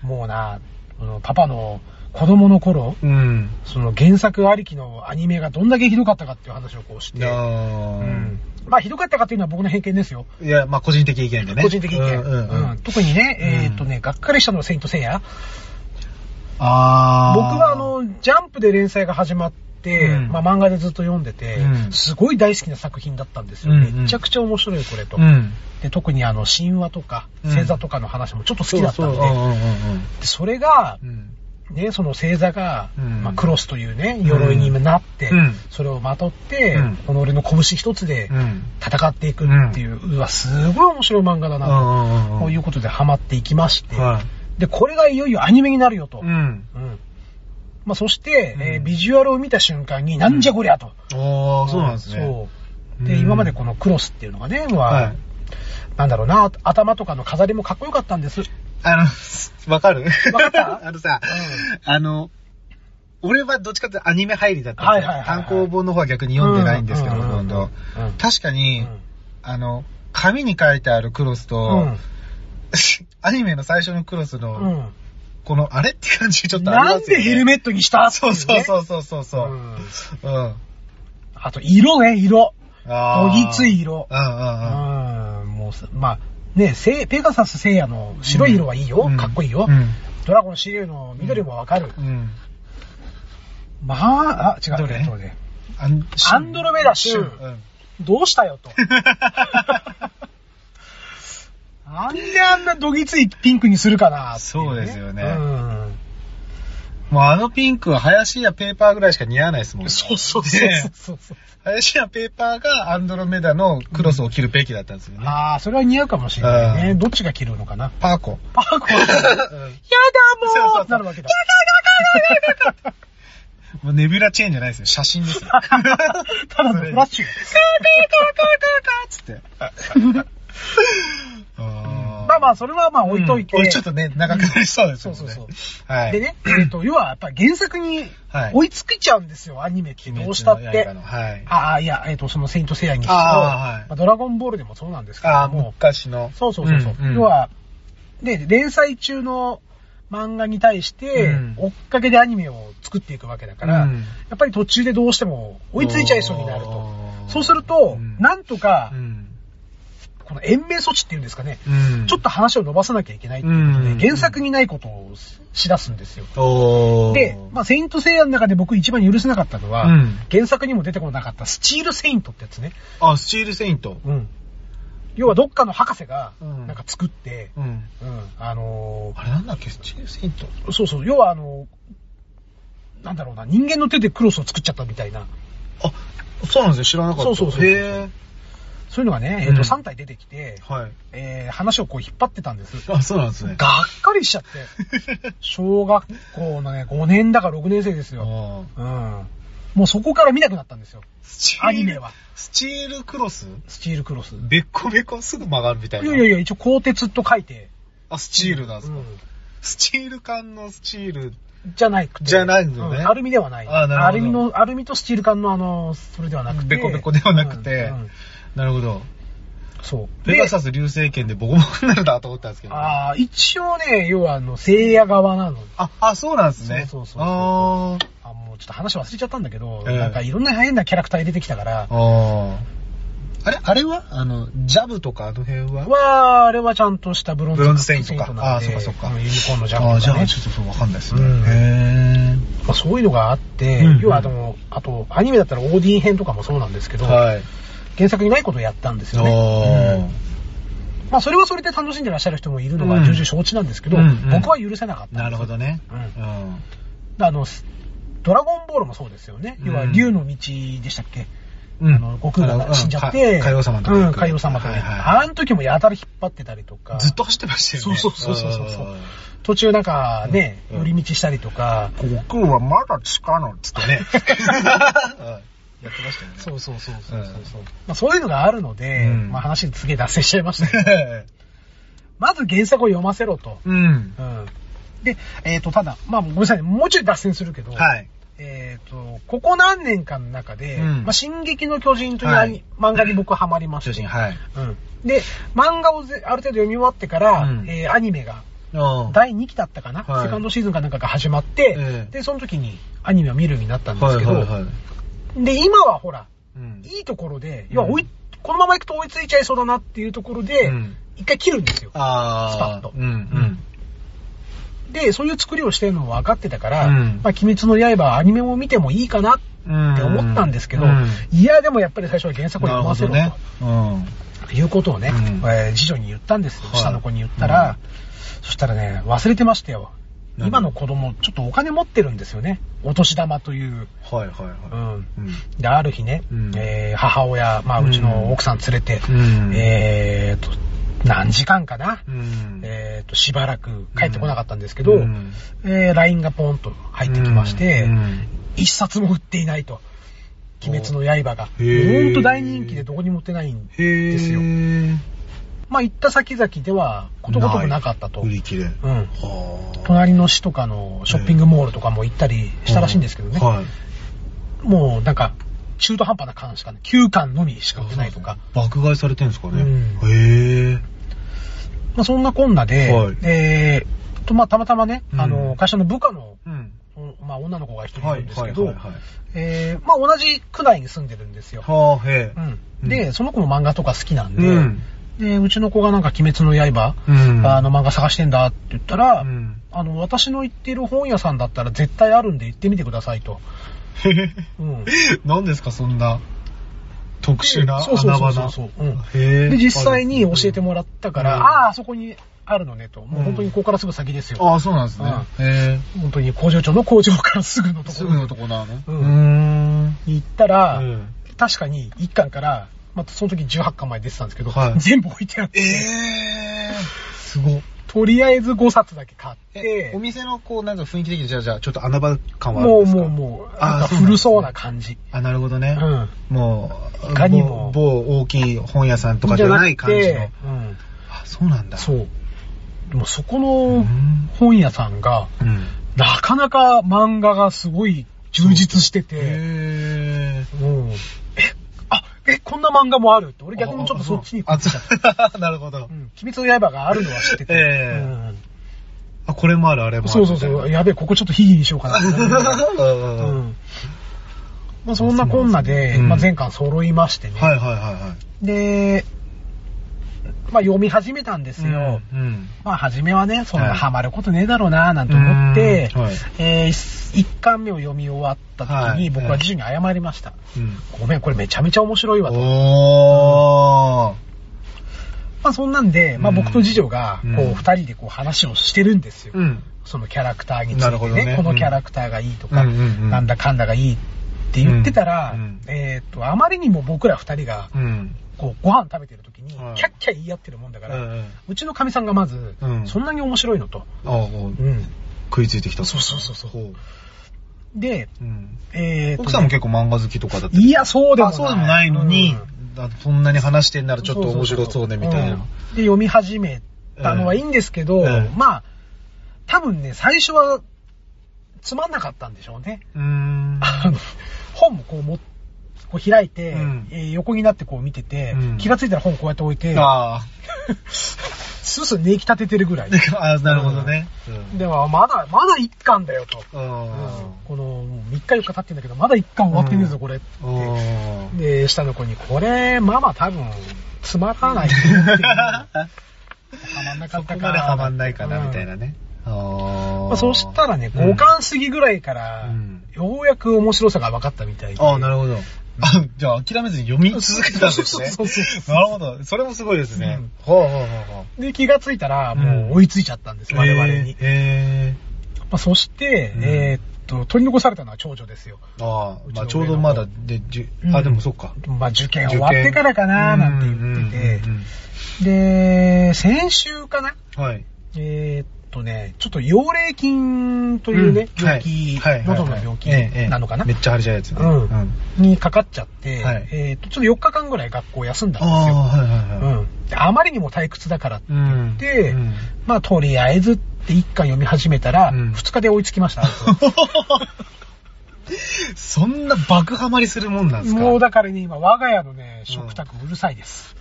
S1: もうな、このパパの子供の頃、
S2: うん。
S1: その原作ありきのアニメがどんだけひどかったかっていう話をこうして、う
S2: あ
S1: ん。まあ、ひどかったかっていうのは僕の偏見ですよ。
S2: ーいや、まあ個人的意見でね。
S1: 個人的にね、
S2: うんうんう
S1: うん
S2: ん。
S1: 特にね、え
S2: うん
S1: ーっとね、がっかりしたのはセイントセイヤ。
S2: あー
S1: 僕はあ、の、ジャンプで連載が始まって、
S2: うん
S1: まあ漫画でずっと読んでて、
S2: うん
S1: すごい大好きな作品だったんですよ。
S2: うんうん
S1: めちゃくちゃ面白いこれと。
S2: うん。
S1: で特にあの、神話とか、
S2: うん
S1: 星座とかの話もちょっと好きだったんで、
S2: そうそううんうん
S1: でそれが
S2: う、ん
S1: ね、その星座が、
S2: うん
S1: まあ、クロスというね、鎧になって、
S2: うん
S1: それをまとって、
S2: うん
S1: この俺の拳一つで
S2: うん。うん。
S1: 戦っていくっていう、うわ、すごい面白い漫画だ
S2: う
S1: な、
S2: んうんうん。
S1: ということでハマっていきまして、
S2: は
S1: で、これがいよいよアニメになるよと。
S2: い。うん。
S1: うんまあ、そして、
S2: うん
S1: えービジュアルを見た瞬間に、なんじゃこりゃと。
S2: おー、そうなんですね。
S1: そう。
S2: う
S1: で、
S2: ん
S1: 今までこのクロスっていうのがね、まあ
S2: はい。
S1: なんだろうな、頭とかの飾りもかっこよかったん です。
S2: あの、わかる
S1: わかった
S2: あのさ
S1: う、
S2: あの、俺はどっちかっていうとアニメ入りだったんですよ
S1: はいはいはいはい
S2: 単行本の方は逆に読んでないんですけど、
S1: うんうんうんうん
S2: 今度
S1: うん。
S2: 確か
S1: う
S2: に、
S1: ん
S2: あの、紙に書いてあるクロスと、アニメの最初のクロス
S1: う
S2: の、
S1: ん。
S2: この、あれって感じちょっとあり
S1: な
S2: ま
S1: ん
S2: すよ、
S1: で
S2: ね。
S1: ヘルメットにしたってい
S2: そう
S1: ね
S2: そうそうそうそうそうう。
S1: ん
S2: うん。
S1: あと、色ね、色。
S2: あ
S1: ど
S2: ー
S1: ぎつい色。
S2: うんうんうん。
S1: うんもうさ、まあ、ね、せいペガサス聖夜の白い色はいいよ。
S2: うん
S1: かっこいいよ。
S2: うん
S1: ドラゴンシリウの緑もわかる。
S2: うん。
S1: まあ、あ、違う
S2: ど
S1: ね。
S2: れ
S1: そうね
S2: アン
S1: アンドロメダシュン
S2: うん
S1: どうしたよ と。なんであんなどぎついピンクにするかなってい
S2: そうですよね
S1: うん
S2: もうあのピンクは林やペーパーぐらいしか似合わないですもんね。
S1: そうそうそう
S2: ね
S1: そうそう。
S2: 林やペーパーがアンドロメダのクロスを切るべきだったんですよね。
S1: ああ、それは似合うかもしれないね。
S2: う
S1: どっちが着るのかな。
S2: パーコ。
S1: パーコは、やだ
S2: そう
S1: も
S2: そ
S1: う
S2: う
S1: ってなるわけだ。
S2: もうネビュラチェーンじゃないですよ。写真です よ。
S1: ただのフラッシュ。
S2: つって。
S1: ま
S2: ま
S1: あまあ、それはまあ置いといて。
S2: ちょっとね、長くなりそうですもんね。
S1: そうそう
S2: はい。
S1: でね、えっと、要はやっぱり原作に
S2: はい。
S1: 追いつけちゃうんですよ、アニメって
S2: 鬼滅
S1: ど
S2: の
S1: うしたって
S2: 刃。のはい。
S1: ああ、いや、えっと、そのセイントセイヤにしても、
S2: あーはい
S1: まあドラゴンボールでもそうなんですけ
S2: あ
S1: ど
S2: あ、
S1: も、
S2: 昔の。
S1: そうそうそうそう、
S2: んん
S1: 要、は、で、連載中の漫画に対して
S2: うん、
S1: 追っかけでアニメを作っていくわけだから、
S2: うん
S1: やっぱり途中でどうしても追いついちゃいそうになると。
S2: おー
S1: そうすると、
S2: うん
S1: なんとか
S2: う、ん。
S1: この延命措置っていうんですかね、
S2: うん
S1: ちょっと話を伸ばさなきゃいけないっていうことで、
S2: うん
S1: 原作にないことをしだすんですよ。
S2: おー
S1: で、まあ、セイントセイヤの中で僕一番許せなかったのは、
S2: うん
S1: 原作にも出てこなかったスチールセイントってやつね。
S2: あ、スチールセイント。
S1: うん。要はどっかの博士が、
S2: うん
S1: なんか作って、
S2: うん。
S1: うん、あの
S2: あれなんだっけ、スチールセイント。
S1: ーそうそう、要はあのーなんだろうな、人間の手でクロスを作っちゃったみたいな、
S2: あ、そうなんですよ。知らなかった。
S1: そうそうそうそう
S2: へ
S1: そういうのがね、えっ、
S2: う
S1: と、
S2: ん
S1: 3体出てきて、
S2: ー。はい。
S1: えー話をこう引っ張ってたんです。
S2: あ、そうなんですね。
S1: がっかりしちゃって。小学校のね、5年だから6年生ですよ。
S2: あー
S1: うん。もうそこから見なくなったんですよ。
S2: スチール
S1: アニメは。
S2: スチールクロス
S1: スチールクロス。
S2: べっこべこすぐ曲がるみたい
S1: い
S2: な。
S1: やいやいや、一応鋼鉄と書いて。
S2: あ、スチールなんですか。
S1: う
S2: スチール缶のスチール。
S1: んじゃないくて。
S2: じゃないのね
S1: うんアルミではない。
S2: あなるほど
S1: アルミの、アルミとスチール缶のあの、それではなくて。
S2: ベコベコではなくて
S1: うんうん
S2: なるほど。
S1: そう。
S2: ペ
S1: で
S2: ガサス流星剣でボコボコになるなと思ったんですけど。あ
S1: ああ、一応ね、要はあの、聖夜側なの。
S2: あ、そうなんですね。
S1: そうそうそうそう
S2: あー
S1: あ、もうちょっと話忘れちゃったんだけど、
S2: ええ
S1: なんかいろんな変なキャラクター出てきたから、
S2: あーあれ、あれはあの、ジャブとかあの辺は
S1: は、あれはちゃんとしたブロンズ
S2: ブロンズセイントか
S1: セなんで
S2: あーそっかそっか
S1: うんユニコーンのジャン
S2: ああ、
S1: プ
S2: じ
S1: と
S2: ゃ
S1: か
S2: あ
S1: ね。
S2: ちょっとそうわかんないですね。
S1: うん
S2: へ
S1: まあ、そういうのがあって、
S2: うん
S1: 要はあの、あと、アニメだったらオーディン編とかもそうなんですけ
S2: ー
S1: ど、
S2: はい。
S1: 原作にないことをやったんですよ
S2: お
S1: ね
S2: ー。
S1: うんまあ、それはそれで楽しんでらっしゃる人もいるの
S2: う
S1: は
S2: ん
S1: 重々承知なんですけど、
S2: うんうん
S1: 僕は許せなかったんです。
S2: なるほどね。
S1: うん
S2: ん。
S1: あの、スドラゴンボールもそうですよね。要は、
S2: うん
S1: 竜の道でしたっけ、
S2: うん
S1: あの、悟空が死んじゃって、
S2: 海王様とか
S1: う
S2: 行
S1: ん、
S2: く。
S1: 海王様とかね、
S2: はいは
S1: あの時もやたら引っ張ってたりとか、
S2: いずっと走ってましたよね。
S1: そうそうそうそうそう
S2: うん
S1: 途中なんかね、
S2: うん
S1: 寄り道したりとか、
S2: 悟空はまだつかのっつって ね。やってましたよね。
S1: そう そうそうそうそうそう、まあ、そういうのがあるので、
S2: うん
S1: まあ話すげえ脱線しちゃいましたけどまず原作を読ませろと。
S2: うん。
S1: うん。で、えっ、と、ただ、まあごめんなさい、もうちょい脱線するけど、
S2: はい。
S1: えっ、と、ここ何年かの中で、
S2: うん
S1: まあ進撃の巨人という、
S2: はい
S1: 漫画に僕はまりました。
S2: 巨人、はい。
S1: うん。で、漫画をぜある程度読み終わってから、
S2: うん
S1: えーアニメが
S2: あ
S1: 第2期だったかな、
S2: はい
S1: セカンドシーズンかなんかが始まって、
S2: ええ
S1: で、その時にアニメを見るようになったんですけど、
S2: い。
S1: で、今はほら、
S2: うん
S1: いいところで、
S2: うん
S1: 要は追い、このまま行くと追いついちゃいそうだなっていうところで、
S2: うん
S1: 一回切るんですよ。
S2: ああ。
S1: スパッと
S2: うんうん。
S1: で、そういう作りをしてるのは分かってたから、
S2: うん
S1: まあ、鬼滅の刃アニメも見てもいいかなっ
S2: うん
S1: て思ったんですけど、
S2: うん
S1: いや、でもやっぱり最初は原作を
S2: なる
S1: 読ませ
S2: ほど
S1: ろ
S2: ね。うん。
S1: ということをね、
S2: うん
S1: えー次女に言ったんですよ。
S2: はい
S1: 下の子に言ったら、そしたらね、忘れてましたよ。
S2: 何
S1: 今の子供、ちょっとお金持ってるんですよね。お年玉という。
S2: はいはいは
S1: う
S2: い。
S1: ん。
S2: うん。
S1: で、ある日ね、
S2: うん
S1: えー母親、まあ、うちの奥さん連れて、
S2: うん
S1: えーと、何時間かな、
S2: うん
S1: えーと、しばらく帰ってこなかったんですけど、
S2: うん
S1: えー LINE がポンと入ってきまして、
S2: うん
S1: 一冊も売っていないと。鬼滅の刃が。
S2: おへー
S1: ほんと大人気でどこにも売ってないん
S2: へえ。
S1: ですよ。まあ、行った先々では、ことごとくなかったと。
S2: 売り切れ。は
S1: うん。
S2: あ
S1: 隣の市とかのショッピングモールとかも行ったりしたらしいんですけどね。
S2: はい。
S1: もうなんか、中途半端な缶しかね、9缶のみしか売ってないとか。
S2: 爆買いされてるんですかね。
S1: うん
S2: へえ。
S1: まあそんなこんなで、
S2: はい
S1: えーと、まあたまたまね、
S2: うん
S1: あの、会社の部下の、
S2: うん。
S1: まあ女の子が一人い
S2: は
S1: る
S2: い
S1: んです
S2: は
S1: け
S2: い
S1: ど、
S2: はいはい。
S1: えーまあ同じ区内に住んでるんですよ。
S2: はあ、へえ。
S1: うん。で、その子も漫画とか好きなんで、
S2: うん
S1: で、うちの子がなんか鬼滅の刃、
S2: うん
S1: あの漫画探してんだって言ったら、
S2: うん
S1: あの、私の行ってる本屋さんだったら絶対あるんで行ってみてくださいと。うん。
S2: 何ですか、そんな。特殊な
S1: そうそう
S2: 穴
S1: そう
S2: 場
S1: そう
S2: な。
S1: そううん
S2: へえ
S1: で、実際に教えてもらったから、
S2: うん
S1: ああ、あそこにあるのねと。もう本当にここからすぐ先ですよ。
S2: ああ、そうなんですね。へ
S1: 本当に工場長の工場からすぐの
S2: え。
S1: と
S2: す
S1: こ
S2: ぐ
S1: ろ
S2: のとこなの
S1: う
S2: うんーん。
S1: に行ったら、
S2: うん
S1: 確かに1巻から、まあ、その時18巻まで出てたんですけど、
S2: はい
S1: 全部置いてあって、
S2: ええ。すごっ。
S1: とりあえず5冊だけ買っ
S2: え
S1: て、、
S2: お店のこう、なんか雰囲気的に、じゃあ、じゃあ、ちょっと穴場感はあるん
S1: もう
S2: ですか
S1: もうもう、
S2: あ
S1: な
S2: ー
S1: んか
S2: そうなんですね
S1: 古そうな感じ。
S2: あ、なるほど
S1: う
S2: ね。
S1: ん。
S2: もう、
S1: いかにも
S2: 某某大きい本屋さんとかじゃない感じの。
S1: うん。
S2: あ、そうなんだ。
S1: そう。でもそこ
S2: う
S1: の
S2: ん。
S1: 本屋さんが、
S2: うん。
S1: なかなか漫画がすごい充実してて、
S2: へ
S1: うん。え、あ、え、こんな漫画もあるって、俺逆にちょっとそっちに
S2: あ、
S1: っちゃった。
S2: あそう なるほど
S1: う。ん。鬼滅の刃があるのは知ってて。
S2: ええ
S1: うん
S2: あ、これもある、あれもある。
S1: そうそうそう。
S2: み
S1: やべえ、ここちょっとヒギにしようか
S2: たい
S1: な。
S2: な。うん
S1: う
S2: うんうん
S1: ん。まあそんなこんなで、
S2: うん
S1: まあ前巻揃いましてね。
S2: はいはいはいはい。
S1: で、まあ読み始めたんですよ。
S2: うん。
S1: まあ初めはね、そん
S2: は
S1: ないハマることねえだろうな、なんて思って、
S2: うんはい
S1: え1巻目を読み終わった時
S2: は
S1: に
S2: い
S1: 僕は次女に謝りました。
S2: うん。
S1: ごめん、これめちゃめちゃ面白いわと。
S2: おー。
S1: まあそんなんで、まあ僕と次女が、こ
S2: う
S1: うん二人でこう話をしてるんですよ。
S2: うん。
S1: そのキャラクターにつ
S2: なる
S1: い
S2: ほ
S1: て
S2: ど
S1: ね、
S2: ね
S1: このキャラクターがいいとか、
S2: うんうんうん
S1: なんだかんだがいいって言ってたら、
S2: うんうん
S1: えーっと、あまりにも僕ら二人が、
S2: うん。
S1: こう、ご飯食べてる時に、
S2: はい
S1: キャッキャ言い合ってるもんだから、う
S2: うん
S1: ちの神さんがまず、
S2: うん
S1: そんなに面白いのと。
S2: あお
S1: うん。
S2: 食いついてきた。
S1: そうそうそうそう
S2: ほ
S1: で、
S2: う。うん。
S1: えーっとね
S2: 奥さんも結構漫画好きとかだった
S1: いや、そうでもな
S2: あ
S1: い。
S2: そうでもないのに
S1: うん、
S2: だそんなに話してんならちょっと面白そうね、みたい
S1: うん
S2: な
S1: で。、読み始めたのはいいんですけど、
S2: ええ
S1: まあ、多分ね、最初は、つまんなかったんでしょう ね。
S2: うーん。
S1: あの、本もこうも、こう開いて、
S2: うん
S1: えー横になってこう見てて、
S2: うん
S1: 気がついたら本こうやって置いて、
S2: あ
S1: スースー寝き立ててるぐら い。
S2: ーあー、なるほどね。
S1: では、まだ、まだ一巻だよと。
S2: うん。
S1: この、もう3日4日経ってんだけど、まだ一巻終わってねえぞ、
S2: うん
S1: これって。
S2: うん。
S1: で、下の子に、これ、ママ多分、つまら ないと思ってる。はまんなか
S2: そ
S1: ったか。
S2: こまでハマんないかな、みたいなね。
S1: うん。
S2: あ
S1: まあ、そしたらね、5
S2: 感
S1: 巻過ぎぐらいから、
S2: うん
S1: ようやく面白さが分かったみたいで。
S2: ああ、なるほど。あ、じゃあ諦めずに読み続けたんですね。
S1: そうそうそうそう
S2: なるほど。それもすごいですね
S1: うん。
S2: ほうほうほうほう。
S1: で、気がついたら、もう追いついちゃったんです、我々に。
S2: え
S1: まあ、そして、
S2: うん
S1: えーっと、取り残されたのは長女ですよ。
S2: ー、ああ、まあ
S1: うち
S2: ち
S1: の
S2: ょ
S1: 上の子
S2: うどまだで、じゅあ、でもそっか。
S1: まあ、受験終わってからかな、なんて言って
S2: うんうんうん
S1: て。で、先週かな
S2: うんはい。
S1: えーっとね、ちょっと幼霊菌というね、
S2: うん
S1: 病気、
S2: はいはい
S1: 喉の病気
S2: はいはいええええ
S1: なのかな、
S2: めっちゃ腫れちゃうやつね。
S1: うん
S2: あ
S1: にかかっちゃって、
S2: はい
S1: えーっと、ちょっと4日間ぐらい学校休んだんですよ。
S2: あー、はいはいは
S1: うんであまりにも退屈だから、
S2: い。うん
S1: で
S2: うん
S1: まあ、とりあえずって1巻読み始めたら、
S2: うん
S1: 2日で追いつきました。
S2: そんな爆ハマりするもんなんですか
S1: もうだからね、今、我が家のね、食卓うるさいです。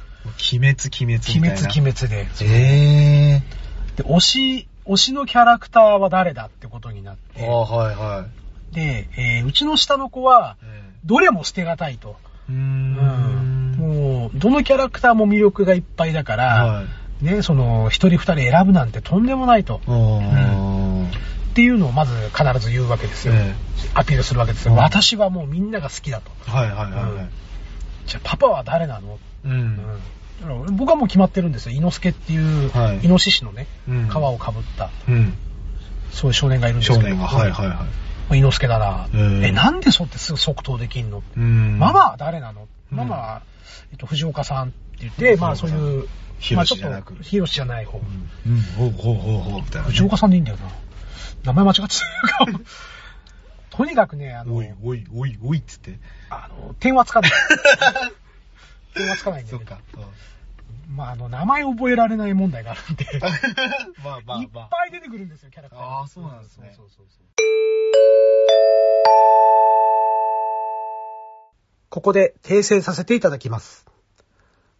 S2: 鬼滅、鬼滅みたい
S1: 鬼
S2: な。
S1: 滅、鬼滅で。
S2: え
S1: で、推し、推しのキャラクターは誰だってことになっ
S2: えー。あ
S1: て、
S2: あ、はいは
S1: で、えーうちの下の子は、
S2: い。
S1: どれも捨てがたいと。
S2: うー
S1: うん
S2: ん。
S1: もう、どのキャラクターも魅力がいっぱいだから、
S2: はい。
S1: ね、その、一人二人選ぶなんてとんでもないと。
S2: あー
S1: っていうのをまず必ず言うわけですよ。
S2: え
S1: アピールするわけですよ。
S2: うん
S1: 私はもうみんなが好きだと。
S2: えはいはいはいはい。
S1: じゃあ、パパは誰なの、
S2: う
S1: うんん、だから僕はもう決まってるんですよ。猪之助っていう、
S2: はい
S1: イノシシのね、
S2: うん
S1: 皮をかぶった、
S2: うん。
S1: そういう少年がいるんです
S2: 少
S1: けど。
S2: 年が、はいはいはい。
S1: い。猪之助だな。
S2: うん
S1: え、なんでそうってすぐ即答できんの、
S2: うん
S1: ママは誰なの
S2: うん
S1: ママは、えっと、藤岡さんって言って、まあそういう、
S2: ヒロシじゃなく
S1: まあちょっとヒロシじゃない方。
S2: うん、ほうほうほうほう、みたいなね。
S1: 藤岡さんでいいんだよな。名前間違ってたかも。とにかくね、あの
S2: お、いおいおいおいっつって。
S1: あの、点はつかない。点はつかないんだ
S2: そ
S1: け
S2: っ
S1: ど。
S2: か。 うん
S1: まあ、あの、名前覚えられない問題があるんで、いっ
S2: まあまあまあ。
S1: ぱい出てくるんですよ、キャラクターが。
S2: あーそうなんですね
S1: そうそうそうここで訂正させていただきます。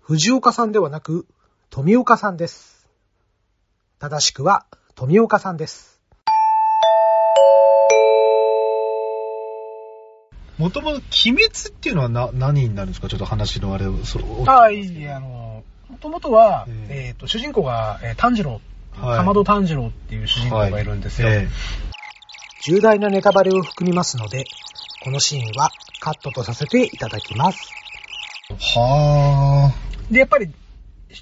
S1: 藤岡さんではなく、富岡さんです。正しくは、富岡さんです。
S2: もともと鬼滅っていうのはな、何になるんですかちょっと話のあれを、そう。
S1: あいいえ、あの、もともとは、
S2: ええ
S1: えっ、と、主人公が、えー炭治郎、
S2: はい
S1: かまど炭治郎っていう主人公がいるんですよ。
S2: はいえ
S1: 重大なネタバレを含みますので、このシーンはカットとさせていただきます。よ。
S2: は
S1: で、やっぱり、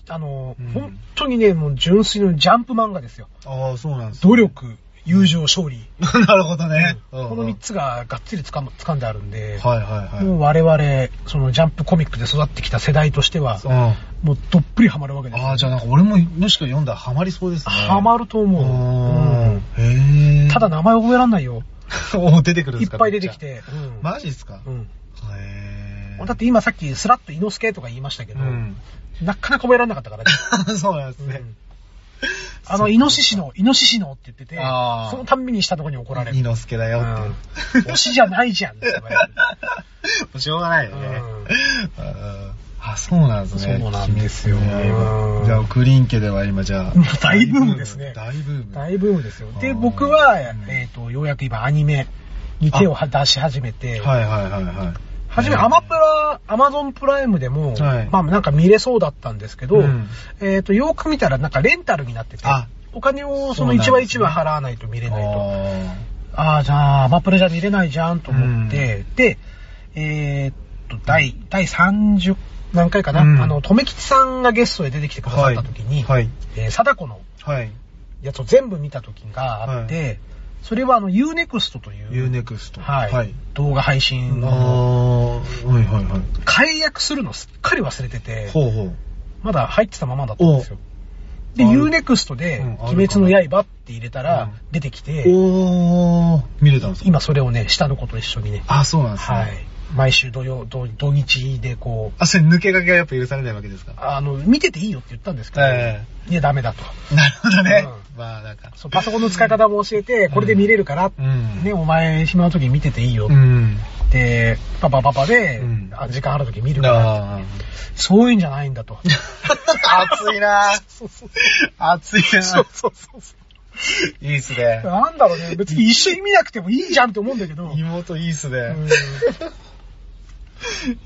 S1: あの、
S2: うん
S1: 本当にね、もう純粋のジャンプ漫画ですよ。
S2: あ。ああ、そうなんですね
S1: 努。力、友情、勝利。
S2: なるほどね。うん
S1: この3。つががっつりつかむ掴んであるんで、
S2: はいはい
S1: もう
S2: は
S1: 我々、そのジャンプコミックで育ってきた世代としては、
S2: い。
S1: もうどっぷりハマるわけ
S2: うん。
S1: です
S2: ああ、
S1: よ。
S2: じゃあなんか俺も、もしか読んだらハマりそうですね。
S1: ハマると
S2: う
S1: 思う。うん
S2: ん。へえ。
S1: ただ、名前覚えらんないよ。
S2: お出てくる
S1: い
S2: んで
S1: っ
S2: すか
S1: ぱい出てき。て。うん
S2: マジですか
S1: うん
S2: へえ。
S1: だって今さっきスラッと伊之助とか言いましたけ
S2: う
S1: ど、
S2: ん。
S1: なかなか覚えられなかったからね。
S2: そうなんです
S1: う
S2: ね。
S1: んあの、イノシシの、イノシシのって言ってて、
S2: あー
S1: そのたんびに下の子に怒られる。
S2: 二之助だよってい
S1: う
S2: う。
S1: ん推しじゃないじゃんって言 われる。
S2: もうしょうがないよね。うんあ、そうなんですね。
S1: そうなんですよ
S2: いいですね
S1: うん
S2: じゃあ、クリン家では今じゃあ
S1: もう。大ブームですね
S2: 大ブーム。
S1: 大ブームですよ。で、
S2: うん
S1: 僕は、
S2: うん
S1: えっ、と、ようやく今アニメに手をは出し始めて、
S2: はいはいはいはい。
S1: はじめアマプラ、アマゾンプライムでも、
S2: はい
S1: まあなんか見れそうだったんですけど、
S2: うん
S1: えっ、と、よく見たらなんかレンタルになってて
S2: あ、
S1: お金をそ
S2: そうな
S1: の
S2: んです
S1: 一
S2: ね
S1: 話一話払わないと見れないと。
S2: あ
S1: ああ、じゃあ、アマプラじゃ見れないじゃんと思って、で、えーっと、第、第30何回かな、
S2: うん
S1: あの、とめきちさんがゲストで出てきてく
S2: ー
S1: ださった時に、
S2: はい。
S1: えー、貞子の
S2: はい。
S1: やつを全部見た時があって、それはあの、UNEXT という、
S2: ユーネクスト。
S1: はい、
S2: はい。
S1: 動画配
S2: あ
S1: 信
S2: ー
S1: の、
S2: はいはいは
S1: 解約するのすっかり忘れてて
S2: い。、ほうほう。
S1: まだ入ってたままだったんですよ。で、
S2: ある
S1: UNEXT で、
S2: うんあるかな
S1: 鬼滅の刃って入れた
S2: う
S1: ら
S2: ん
S1: 出てきて、
S2: おー、見れたんですか
S1: 今それをね、下の子と一緒にね、
S2: あ、そうなんですね。
S1: はい。毎週土曜、土土日でこう、
S2: あ、それ抜け駆けはやっぱ許されないわけですか
S1: あの、見てていいよって言ったんですけど、
S2: え
S1: いや、ダメだと。
S2: なるほどね。
S1: う
S2: まあなんか。
S1: そうパソコンの使い方も教えて、
S2: ん
S1: これで見れるから、
S2: うん
S1: ね、お前暇の時見てていいよ
S2: うん。
S1: って、パパパパで、
S2: うん
S1: あ時間ある時見るから、
S2: あー
S1: そういうんじゃないんだと。
S2: 熱いなぁ
S1: そうそう
S2: 熱いな
S1: そ
S2: ぁ
S1: うそうそうそ
S2: いいっすね
S1: う。。なんだろうね、別に一緒に見なくてもいいじゃんって思うんだけど、
S2: 妹いいっすね。
S1: う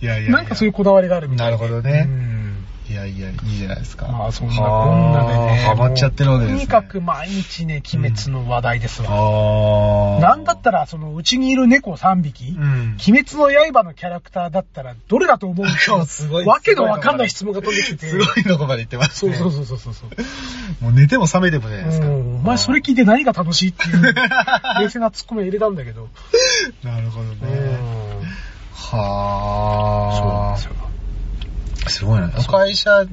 S2: いやいやい
S1: ん
S2: や。
S1: なんかそういうこだわりがあるみた
S2: ないる
S1: で
S2: ほど
S1: う
S2: ね。
S1: ん
S2: いやいや、いいじゃないですか。
S1: まあそんなこんなでね。
S2: はあハマっちゃってるわけです
S1: も
S2: ね。
S1: うとにかく毎日ね、鬼滅の話題ですわ。
S2: ああ。
S1: なんだったら、その、うちにいる猫3匹、
S2: うん。
S1: 鬼滅の刃のキャラクターだったら、どれだと思う
S2: 今日すごい
S1: わけのわかんない質問が飛んできてて。
S2: すごいとこまで行ってます
S1: そう
S2: ね。
S1: そうそうそうそうそう。
S2: もう寝ても覚めてもじゃないですか。
S1: うんお前それ聞いて何が楽しいっていう、冷静なツッコミを入れたんだけど。
S2: なるほどね。
S1: うんそうなん
S2: はあ。
S1: ですよ。
S2: すごいな。会社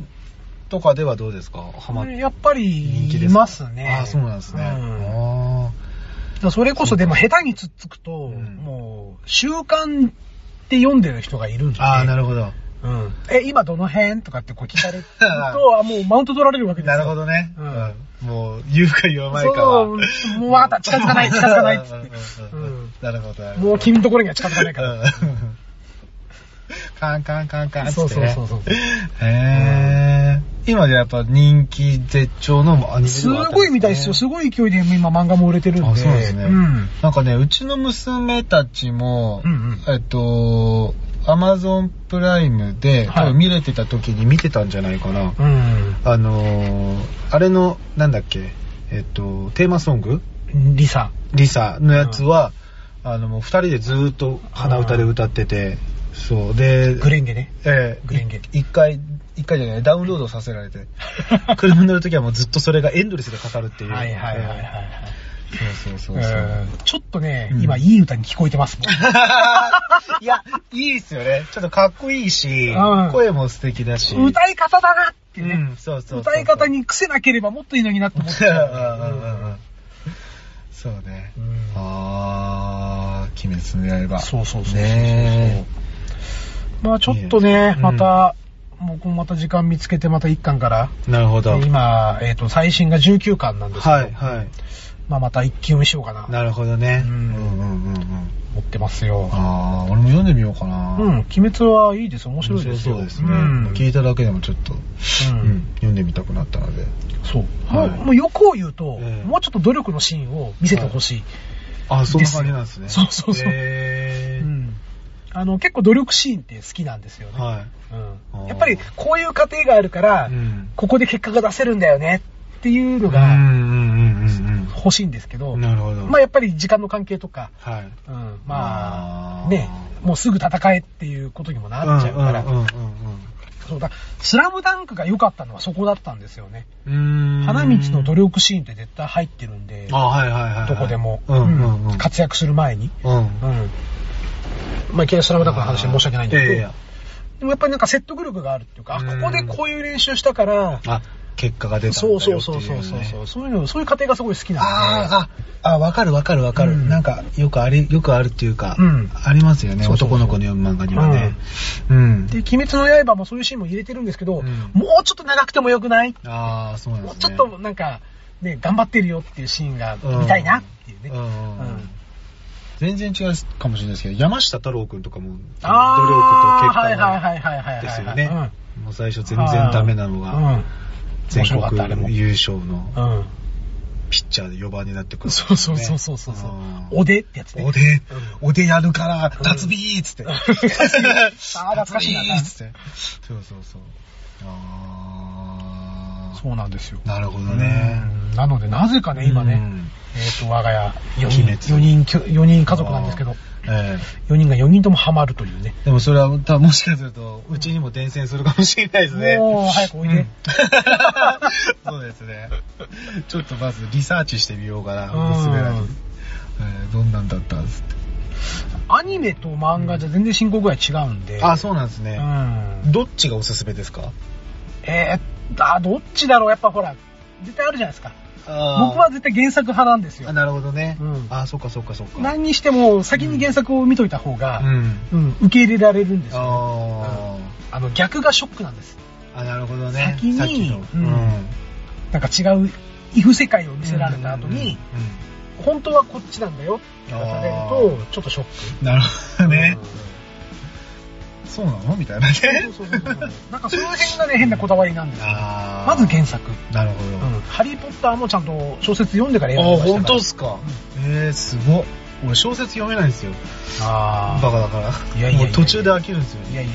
S2: とかではどうですかハマっ
S1: やっぱ
S2: 人気
S1: り、
S2: で
S1: い
S2: すか
S1: ますね。
S2: ああ、そうなんですね。
S1: うん
S2: あ
S1: だからそれこそでも下手につっつくと、
S2: ん
S1: もう、習慣って読んでる人がいるんで。
S2: あああ、なるほど。
S1: うん。え、今どの辺とかってこう聞かれる と、あもうマウント取られるわけですよ。
S2: なるほどね。
S1: う
S2: うんんもう、言うか言わないか
S1: そ
S2: は。
S1: う、もうわかった、近づかない、近づかないっつって。
S2: うんうんうん
S1: うん
S2: なるほど。なるほど
S1: もう君のところには近づかないか
S2: う
S1: ら。
S2: んカンカンカンカンっつって
S1: そ
S2: ね。
S1: うそうそうそう
S2: へー今じゃやっぱ人気絶頂のアニメではあったんですね
S1: ごいみたいですよ。すごい勢いで今漫画も売れてるんで。
S2: あそうなんですね
S1: ん。
S2: なんかね、うちの娘たちも、
S1: うんうん
S2: えっと、アマゾンプライム
S1: は
S2: で、
S1: い
S2: 多分見れてた時に見てたんじゃないかな。
S1: うん。
S2: あのー、あれの、なんだっけ、えっと、テーマソング
S1: リサ。
S2: リサのやつは、あの、もう二人でずーっと鼻歌で歌ってて、そう、で、
S1: グレンゲね。
S2: ええ
S1: グレンゲ
S2: い一回、一回じゃない、ダウンロードさせられ て、車に乗る時はもうずっとそれがエンドレスでかかるっていう。
S1: はいはいはいはい
S2: え
S1: はい。
S2: えそうそうそうそう。
S1: うんちょっとね、
S2: うん
S1: 今いい歌に聞こえてますもん。
S2: いや、いいっすよね。ちょっとかっこいいし、
S1: うん
S2: 声も素敵だし。
S1: 歌い方だなって
S2: う
S1: ね
S2: ん、。そうそうそう
S1: 歌い方。に癖なければもっといいのになって
S2: うん
S1: 思
S2: う
S1: っ
S2: ん
S1: て
S2: うんうんそうね。あー、鬼滅の刃。
S1: そうそうそうそうそう
S2: ね
S1: まあちょっとね、
S2: うん
S1: また、僕もまた時間見つけてまた1巻から、
S2: えなるほど。
S1: で今、えっ、と、最新が19巻なんですけど、
S2: はい、はい。
S1: まあまた一気読みしようかな、
S2: なるほどね。
S1: う
S2: うんんうんうんうん。
S1: 思ってますよ。
S2: あー、俺も読んでみようかな。
S1: うん、鬼滅はいいです、面白いですよ。
S2: そうですね。
S1: うん、
S2: 聞いただけでもちょっと、
S1: うん
S2: うん読んでみたくなったので。
S1: そう。
S2: はい
S1: もう、もう欲を言うと、
S2: ええ
S1: もうちょっと努力のシーンを見せてほしい。
S2: あ、そんな感じなんですね。
S1: ですよそうそうそう
S2: へ
S1: う
S2: ー
S1: ん。あの、結構努力シーンって好きなんですよね。
S2: はい。
S1: う
S2: あ
S1: ん、
S2: ー
S1: やっぱり、こういう過程があるから、
S2: うん
S1: ここで結果が出せるんだよねっていうの
S2: うん
S1: が
S2: うんうん
S1: 欲しいんですけど、
S2: うん。なるほど。
S1: まあやっぱり時間の関係とか、
S2: はい。
S1: うん、まあ、
S2: あー
S1: ね、もうすぐ戦えっていうことにもなっちゃうから、
S2: うんうんうん
S1: そうだ、スラムダンクが良かったのはそこだったんですよね。
S2: うんうん。
S1: 花道の努力シーンって絶対入ってるんで、
S2: あ、はいはいはいはい。
S1: どこでも、
S2: うんうんうん。
S1: 活躍する前に。
S2: うん
S1: う。ん。まあ、いきなりスラムダンクの話で申し訳ないんだけど、
S2: いやいや
S1: でもやっぱりなんか説得力があるっていうか、あ、
S2: うん
S1: ここでこういう練習したから、
S2: あ、結果が出たんだ
S1: そ
S2: よ
S1: う
S2: ってい、
S1: そうう
S2: ね。
S1: そうそうそうそう、そういうの、そういう過程がすごい好きなんで、
S2: ああ、ああ、わかるわかるわかる、
S1: うん
S2: なんか、よくあり、よくあるっていうか、
S1: うん
S2: ありますよね、
S1: そうそうそう
S2: 男の子の読む漫画にはね。うん。
S1: で、鬼滅の刃もそういうシーンも入れてるんですけど、
S2: うん
S1: もうちょっと長くても良くない
S2: ああ、そうなんで
S1: もう
S2: す
S1: ち
S2: ね。
S1: ょっとなんか、ね、頑張ってるよっていうシーンが見たいなっていうね。
S2: うんうん
S1: うん
S2: 全然違うかもしれないですけど、山下太郎くんとかも、
S1: あー
S2: 努力と結果
S1: はい
S2: が
S1: はいはいはいはいはい
S2: ですよね。もう最初全
S1: は
S2: 然
S1: い
S2: ダメな
S1: う
S2: の
S1: ん。
S2: が、全
S1: 面白かったあれも
S2: 国優勝の
S1: うん。
S2: ピッチャーで4番になってくる、
S1: そうそうそうそうそうそう、
S2: お
S1: おでってやつね。
S2: おで、おでやるから、脱ビーっつって。
S1: あー懐かしいな
S2: 脱びーっつって。そうそうそう。あー。
S1: そうなんですよ。
S2: なるほどね。
S1: うんなので、なぜかね、今
S2: う
S1: ね、
S2: ん
S1: えっ、と、我が家4
S2: 鬼滅
S1: 人、四人きょ、四人家族なんですけど、。
S2: ええ
S1: 4人が4人ともハマるというね。
S2: でもそれは、たもしかすると、うちにも伝染するかもしれないですね。
S1: もう早くおいで
S2: うんそうですね。ちょっとまずリサーチしてみようかな、
S1: うん
S2: 娘らに。えーどんなんだったんですって。
S1: アニメと漫画じゃ全然進行具合違うんで。
S2: あ、そうなんです
S1: う
S2: ね。
S1: ん。
S2: どっちがおすすめですか
S1: えー、あ、どっちだろうやっぱほら、絶対あるじゃないですか。
S2: 僕
S1: 僕は絶対原作派なんですよ
S2: あ。なるほどね。
S1: うん
S2: あ、そっかそっかそっか。
S1: 何にしても先に原作を見といた方が、
S2: うん。
S1: うん、受け入れられるんですよ。
S2: あ
S1: あの、逆がショックなんです。
S2: ーあ、なるほどね。
S1: 先に
S2: さっきの
S1: うんなんか違う異不世界を見せられた後に、、
S2: うんうん
S1: 本当はこっちなんだよって出されると、ちょっとショック。
S2: なるほどね。そうなのみたいな
S1: う
S2: ね
S1: ん。そうそうそうそう。なんかその辺がね、変なこだわりなんですよ。
S2: あー
S1: まず原作。
S2: なるほど。
S1: うん。ハリーポッターもちゃんと小説読んでから
S2: あ、
S1: やりましたから。
S2: 本当っすか。えー、すごっ。俺小説読めないんですよ。
S1: あ
S2: バ
S1: あ。
S2: カだから。
S1: いやいやいや
S2: もう途中で飽きるんですよ。
S1: いやいや。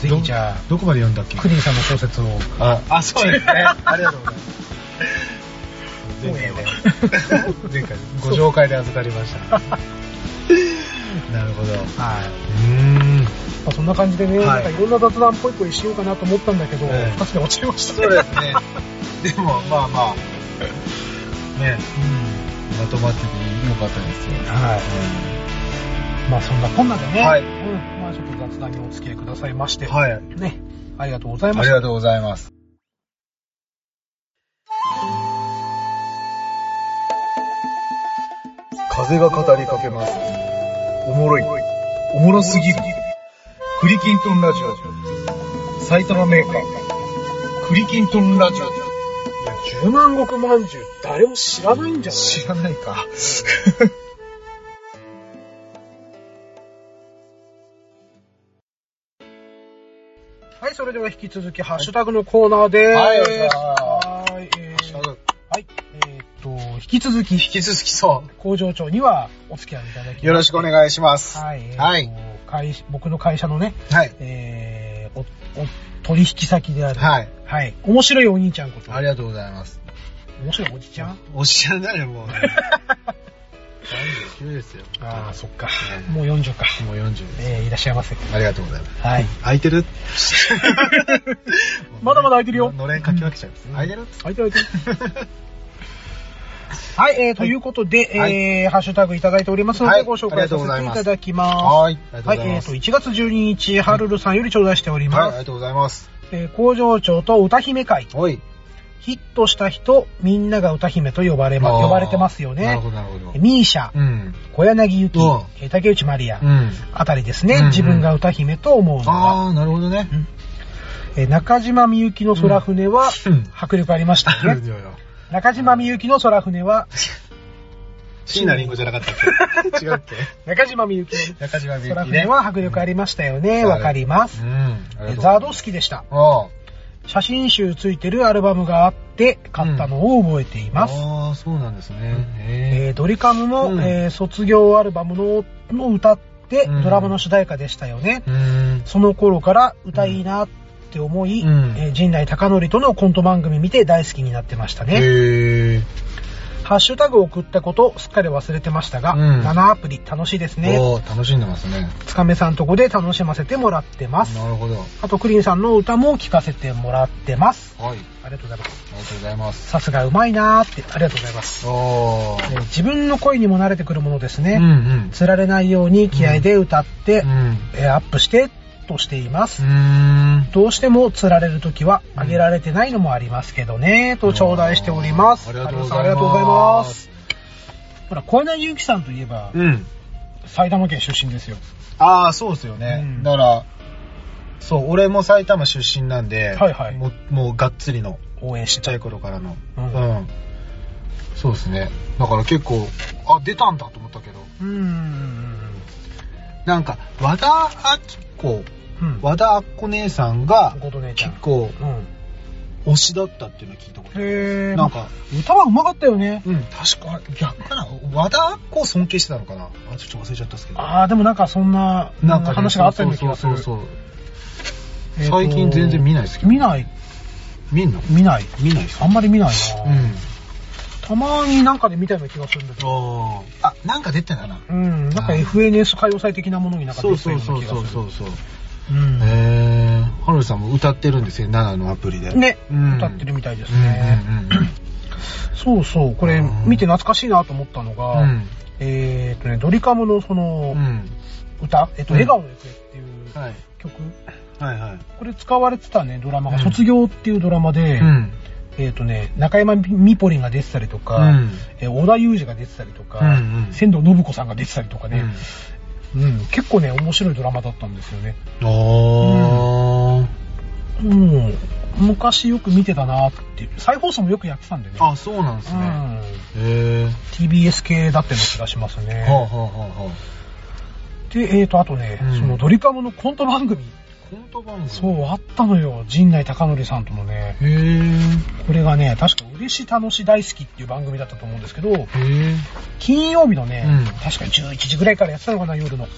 S1: ぜ
S2: ど
S1: ひじゃあ、
S2: どこまで読んだっけ
S1: クリンさんの小説を。
S2: あ、あ、そうですね。 ありがとうございます。前回ね、前回ご紹介で預かりました。 なるほど。
S1: は
S2: う
S1: い。
S2: ーん。
S1: まあ、そんな感じでね、
S2: はい
S1: なんかいろんな雑談っぽい声しようかなと思ったんだけど、
S2: ええ
S1: 二つで落ちました
S2: そうですね。でも、まあまあ、 ね、
S1: うん
S2: まとまってて良かったですよ。
S1: はい。まあそんなこんなでね、
S2: はい
S1: うん。まあちょっと雑談にお付き合いくださいまして、
S2: うんはい。あ
S1: ね、ありがとうございま
S2: り
S1: した。
S2: がとうございます。風が語りかけます。おもろい。おもろすぎる。クリキントンラジオ。埼玉メーカー。クリキントンラジオ。
S1: 十万石まんじゅう、誰も知らないんじゃない
S2: 知らないか。
S1: はい、それでは引き続き、ハッシュタグのコーナーでーす。
S2: はいお願いします
S1: はい、えーはい、えーっと、引き続き、
S2: 引き続きそ
S1: 工場長にはお付き合いいただきまし
S2: う。
S1: て
S2: よろしくお願いします。
S1: はい、えーっと
S2: はい。
S1: 会僕の会社のね、
S2: はい。
S1: えー、お、お、取引先である、
S2: はい。
S1: はい。面白いお兄ちゃんこと。
S2: ありがとうございます。
S1: 面白いおじちゃん
S2: おっしゃるなよ、 もう。39ですよ。
S1: ああ、そっか
S2: ね。
S1: もう40か。
S2: もう40です。
S1: えー、いらっしゃいませ。
S2: ありがとうございます。
S1: はい。
S2: 空いてる
S1: まだまだ空いてるよ
S2: のれんかき分けちゃいます。空いてる
S1: はい、いただいてはい、えー、ということで、
S2: はい
S1: えー、ハッシュタグいただいておりますの
S2: は
S1: で、
S2: い
S1: ご紹介させていただきます。
S2: はい。ありが
S1: はい、
S2: とうござい
S1: え
S2: ま
S1: ー、
S2: す。
S1: と、1月12日、はるるさんより頂戴しており
S2: はい、あ
S1: ま
S2: り
S1: す。
S2: がとうございます。
S1: えー、工場長と歌姫会、
S2: おい。
S1: ヒットした人、みんなが歌姫と呼ばれま、
S2: あー
S1: 呼ばれてますよ
S2: なる
S1: ね
S2: ほ。ど、なるほど。
S1: ミーシャ、
S2: うん。
S1: 小柳ゆき
S2: うん、
S1: えー竹内まりや
S2: う、ん。
S1: あたりですね、
S2: うんうん
S1: 自分が歌姫と思うのは。
S2: あー、なるほどね。
S1: えー中島みゆきの空船は、
S2: うん
S1: 迫力ありましたね。
S2: よよ。
S1: 中島みゆきの空船は、
S2: 椎名林檎じゃなかったっけ 違うっけ
S1: 中島みゆきの
S2: 中島みゆ
S1: 空
S2: きね。
S1: 船は迫力ありましたよね。わ、かります。
S2: うん。
S1: えーザード好
S2: ス
S1: きでした。
S2: あ
S1: 写真集ついてるアルバムがあって、買ったのを覚えてい
S2: あ。
S1: ます。
S2: ああ、そうなんです
S1: え
S2: ね。
S1: ードリカムも、
S2: うん
S1: えー卒業アルバムのも歌って、
S2: うん
S1: ドラマの主題歌でしたよね。
S2: え。うん。
S1: その頃から歌いいなって思い、
S2: うん
S1: えー陣内孝則とのコント番組見て大好きになってましたね。
S2: へえ。
S1: ハッシュタグ送ったことをすっかり忘れてましたが、
S2: うん
S1: 7アプリ楽しいですね。
S2: おー楽しんでますね。
S1: つかめさんとこで楽しませてもらってます。
S2: なるほど。はい。
S1: あと、クリンさんの歌も聴かせてもらってます。
S2: あり
S1: ありがとうございます。
S2: がとうございます。
S1: さすがうまいなーって、ありがとうございます。
S2: お
S1: えー
S2: ー。
S1: 自分の声にも慣れてくるものです
S2: う
S1: ね。
S2: んうん。
S1: 釣られないように気合で歌って、
S2: うん。
S1: えーアップして、としています。
S2: うーん。
S1: どうしても釣られるときは、あげられてないのもありますけどね、と頂戴しております。
S2: ありがとう
S1: ハル
S2: ございます
S1: さんありがとうございます。ほら、小柳ゆきさんといえば、
S2: うん。
S1: 埼玉県出身ですよ。
S2: ああ、そうですよね。
S1: うん
S2: だから、そう、俺も埼玉出身なんで、
S1: はいはい
S2: もう、もうがっつりの、
S1: 応援
S2: ちっ
S1: し
S2: ち
S1: ちゃ
S2: ゃ
S1: い。
S2: い頃からの。
S1: うん
S2: そうですね。だから結構、あ、出たんだと思ったけど、
S1: うーん。
S2: なんか、和田明子、
S1: うん。
S2: 和田明子姉さんが
S1: お、こと姉ちゃ
S2: 結
S1: ん。
S2: 構、
S1: うん。
S2: 推しだったっていうのを聞いたことある
S1: へー。
S2: なん、か、
S1: 歌はうまかったよね。
S2: うん、確か、逆かな。和田明子を尊敬してたのかな。あ、ちょっと忘れちゃったんですけど。
S1: あー、でもなんかそんな、
S2: なんかね、
S1: 話があったような気がする。
S2: そうそうそうそう
S1: えーと
S2: 最近全然見ないですけど
S1: 見ない、
S2: 見んの
S1: 見ない。
S2: 見ないです
S1: あんまり見ないな、
S2: うん。
S1: たまになんかで見たような気がするんだけど。
S2: ああ、なんか出てたな。
S1: うん。なんか
S2: あー
S1: FNS 歌謡祭的なものになんか
S2: そう
S1: 出てた
S2: そ
S1: よ
S2: う
S1: うな気
S2: そ
S1: が
S2: う
S1: する。
S2: そうそうそう。
S1: うん。
S2: へー。ハルさんも歌ってるんですよ、7のアプリで。
S1: ね、
S2: うん
S1: 歌ってるみたいですね。
S2: うんうんうん
S1: そうそう、これ
S2: うん
S1: 見て懐かしいなと思ったのが、えーっとね、ドリカムのその
S2: うん。うん。
S1: 歌、えっと、
S2: うん
S1: 笑顔のやつっていう
S2: はい。
S1: 曲、
S2: はいはい。
S1: これ使われてたね、ドラマが、
S2: うん
S1: 卒業っていうドラマで、
S2: うん。
S1: えーっとね、中山みぽりんが出てたりとか、
S2: うん
S1: えー小田裕二が出てたりとか、
S2: うんうん
S1: 仙道信子さんが出てたりとか
S2: う
S1: ね、
S2: ん。
S1: うん結構ね、面白いドラマだったんですよね。
S2: あー。
S1: うん、昔よく見てたなっていう、再放送もよくやってたんでね。
S2: あ、そうなんです
S1: う
S2: ね。
S1: ん
S2: へー。
S1: TBS 系だっての気がします
S2: はあはあ
S1: ね。
S2: はあはあ。
S1: で、えーと、あとね、
S2: うん
S1: そのドリカムのコント番組、
S2: コント番組
S1: そう、あったのよ。陣内孝則さんとのね、
S2: へー。
S1: これがね、確か嬉し楽し大好きっていう番組だったと思うんですけど、
S2: へー。
S1: 金曜日のね、
S2: うん
S1: 確か11時ぐらいからやってたのかな、夜の。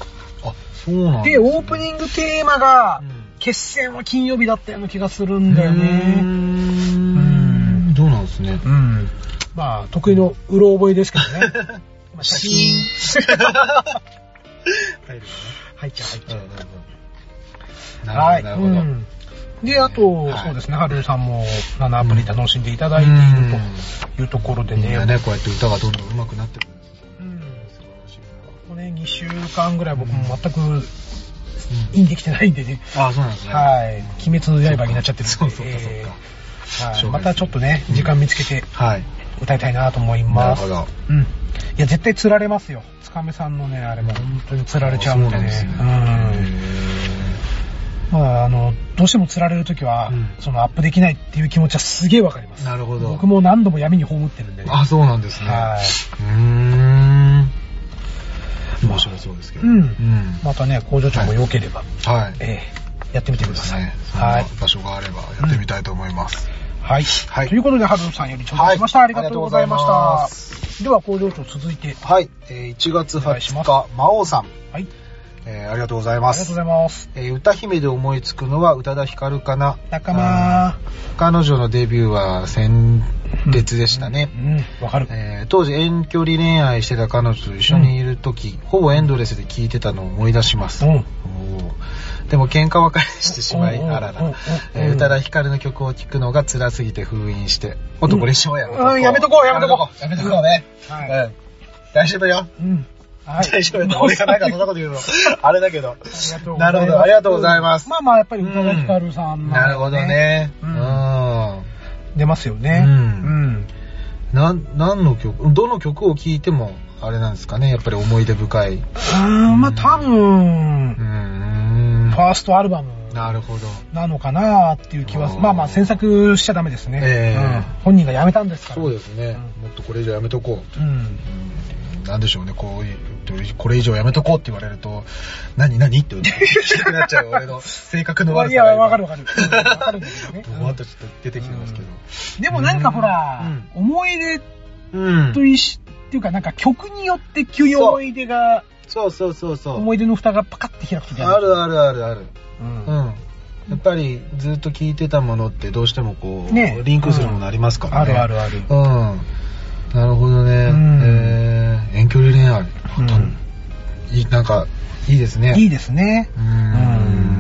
S2: あ、そうなん
S1: で、オープ
S2: ン
S1: ニングテーマが、決戦は金曜日だったような気がするんだよね。うん
S2: ん。どうなんですね。
S1: うん。まあ、得意のうろ覚えですけどね。まあシーン。
S2: 入るね。
S1: 入っちゃう、入っちゃう。
S2: なるほど、なるほど。
S1: うんで、あと、
S2: はい
S1: そうですね、はるさんも7アプリ楽しんでいただいているというところで
S2: みん
S1: ね、
S2: なね、こうやって歌がどんどん上手くなってくるんですよ。
S1: うん
S2: 素晴らしい
S1: ここね、2週間ぐらい僕も全くインできてないんでね、
S2: な。あ、そうなんですね。
S1: はい、鬼滅の刃になっちゃってるんで、
S2: そうそうか、そう
S1: え
S2: か。
S1: ーはい
S2: しょうが
S1: ま
S2: ないで
S1: た
S2: すね
S1: ちょっとね、時間見つけて
S2: はい。
S1: 歌いたいなと思い
S2: なる
S1: ま
S2: ほ
S1: す。
S2: ど。
S1: うん。いや、絶対釣られますよ。つかめさんのね、あれも本当に釣られちゃうんでね。
S2: そう
S1: う
S2: なん
S1: ん
S2: ですね。
S1: まあ、あの、どうしても釣られるときは、
S2: うん
S1: そのアップできないっていう気持ちはすげえわかりま
S2: へー
S1: す。
S2: なるほど。
S1: 僕も何度も闇に葬ってるんでね。
S2: あ、そうなんですね。
S1: は
S2: うーん。面白そうですけど。
S1: うん
S2: うん
S1: い。またね、工場長も良ければ、
S2: はい。
S1: ええやってみてくだ
S2: です
S1: さい
S2: ね。。そん
S1: はい
S2: な。場所があればやってみたいと思います。
S1: はい。
S2: はい
S1: ということで、ハルさんより頂戴しました。
S2: はい
S1: ありがとうございまし
S2: ありがとうございま
S1: た。では、工場長続いて。
S2: はい。えー1月
S1: お願いしま
S2: 20
S1: す
S2: 日、魔王さん。
S1: はい。
S2: えーありがとうござい
S1: あ
S2: ま
S1: りがとうご
S2: す。
S1: ざいます。
S2: えー歌姫で思いつくのは宇多田ヒカルかな。
S1: 仲間。
S2: 彼女のデビューは鮮烈でしたね
S1: う。ん、わかる。
S2: えー当時遠距離恋愛してた彼女と一緒にいる時、ほぼエンドレスで聴いてたのを思い出します。
S1: うん。
S2: おーでも喧嘩別れしてしまい、
S1: おー
S2: あら
S1: おーお
S2: ら
S1: ー。
S2: えー宇多田ヒカルの曲を聴くのが辛すぎて封印して。おっと、これしようやめと
S1: うんやめとこうやめとこ
S2: う。やめとこうね。
S1: はい
S2: うん大丈夫よ。
S1: うん。はい。
S2: 大丈夫だ。俺がなんかそんなこと言 うの。あれだけど。
S1: な
S2: な
S1: るほ
S2: るほ
S1: ど
S2: ど。ありがとうございます。
S1: まあまあ、やっぱり宇多田ヒカルさん、
S2: なるほど。ね。
S1: う
S2: うんん。
S1: 出ますよね。
S2: うん
S1: うん。
S2: なん、何の曲、どの曲を聴いても、あれなんですかね。やっぱり思い出深い。う
S1: あーまあ多分、
S2: ー
S1: フ
S2: ん。
S1: ァーストアルバム
S2: なるほど。
S1: なのかなっていう気は、
S2: うん
S1: まあまあ詮索しちゃダメですね。
S2: ええ
S1: うん本人が辞めたんですから。
S2: そうですね。もっとこれ以上やめとこ
S1: うん。
S2: う。うんなんでしょうね。こういう、これ以上やめとこうって言われると、何何って言うの聞きたくなっちゃ う俺の性格の悪
S1: い
S2: さ
S1: や、
S2: が今。
S1: わかるわかる。うんわかるんだけどね。
S2: ぼわっとちょっと出てきてますけど。
S1: うんでもなんかほら、
S2: う
S1: 思い出
S2: うん
S1: と一緒っていうか、なんか曲によって急に思い出が、
S2: そうそうそうそう。
S1: 思い出の蓋がパカッて開くとき
S2: あ
S1: る。
S2: るあるあるある。
S1: うん
S2: うん。やっぱりずっと聞いてたものってどうしてもこう、
S1: ね
S2: リンクするものありますからね。
S1: あるあるある。
S2: うん。なるほどね。
S1: うん
S2: えー遠距離恋愛。
S1: うん
S2: いいなんか、いいですね。
S1: いいですね。
S2: うーん。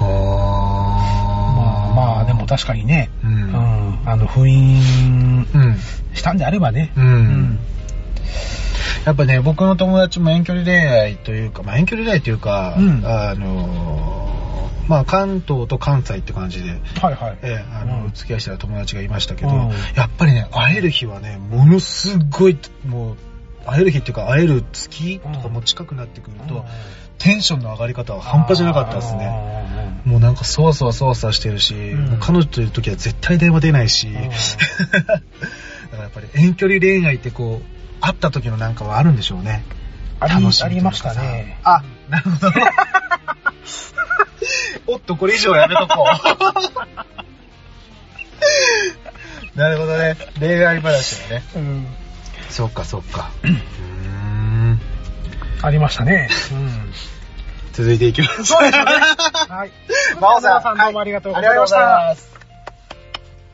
S2: あー
S1: まあ、まあ、でも、確かにね、
S2: う。
S1: うんん、あの、封印
S2: うん。
S1: したんであればね、
S2: うんやっぱね、僕の友達も遠距離恋愛というか、まあ遠距離恋愛というか、
S1: うん
S2: あのーまあ関東と関西って感じで、
S1: はいはい。
S2: ええあの、
S1: うん
S2: お付き合いしてた友達がいましたけど、
S1: うん
S2: やっぱりね、会える日はね、ものすごい、もう、会える日っていうか、会える月とかも近くなってくると、
S1: うん
S2: テンションの上がり方は半端じゃなかったですね。
S1: ね。
S2: もうなんかそわそわそわそわしてるし、
S1: ん
S2: もう彼女といる時は絶対電話出ないし、
S1: ん
S2: だからやっぱり遠距離恋愛ってこう、会った時のなんかはあるんでしょうね。
S1: あり
S2: 楽しみという
S1: ありま
S2: かさ
S1: したね。
S2: あ、なるほどね。おっと、これ以上はやめとこう。なるほどね。恋愛話だね。
S1: うん。
S2: そっかそっか。うーん
S1: ありましたね。うん。
S2: 続いていきます。
S1: そうです ね。はい。
S2: 真央さ
S1: 真央
S2: ん
S1: どうもありがとうございました
S2: はいありがとうございま。す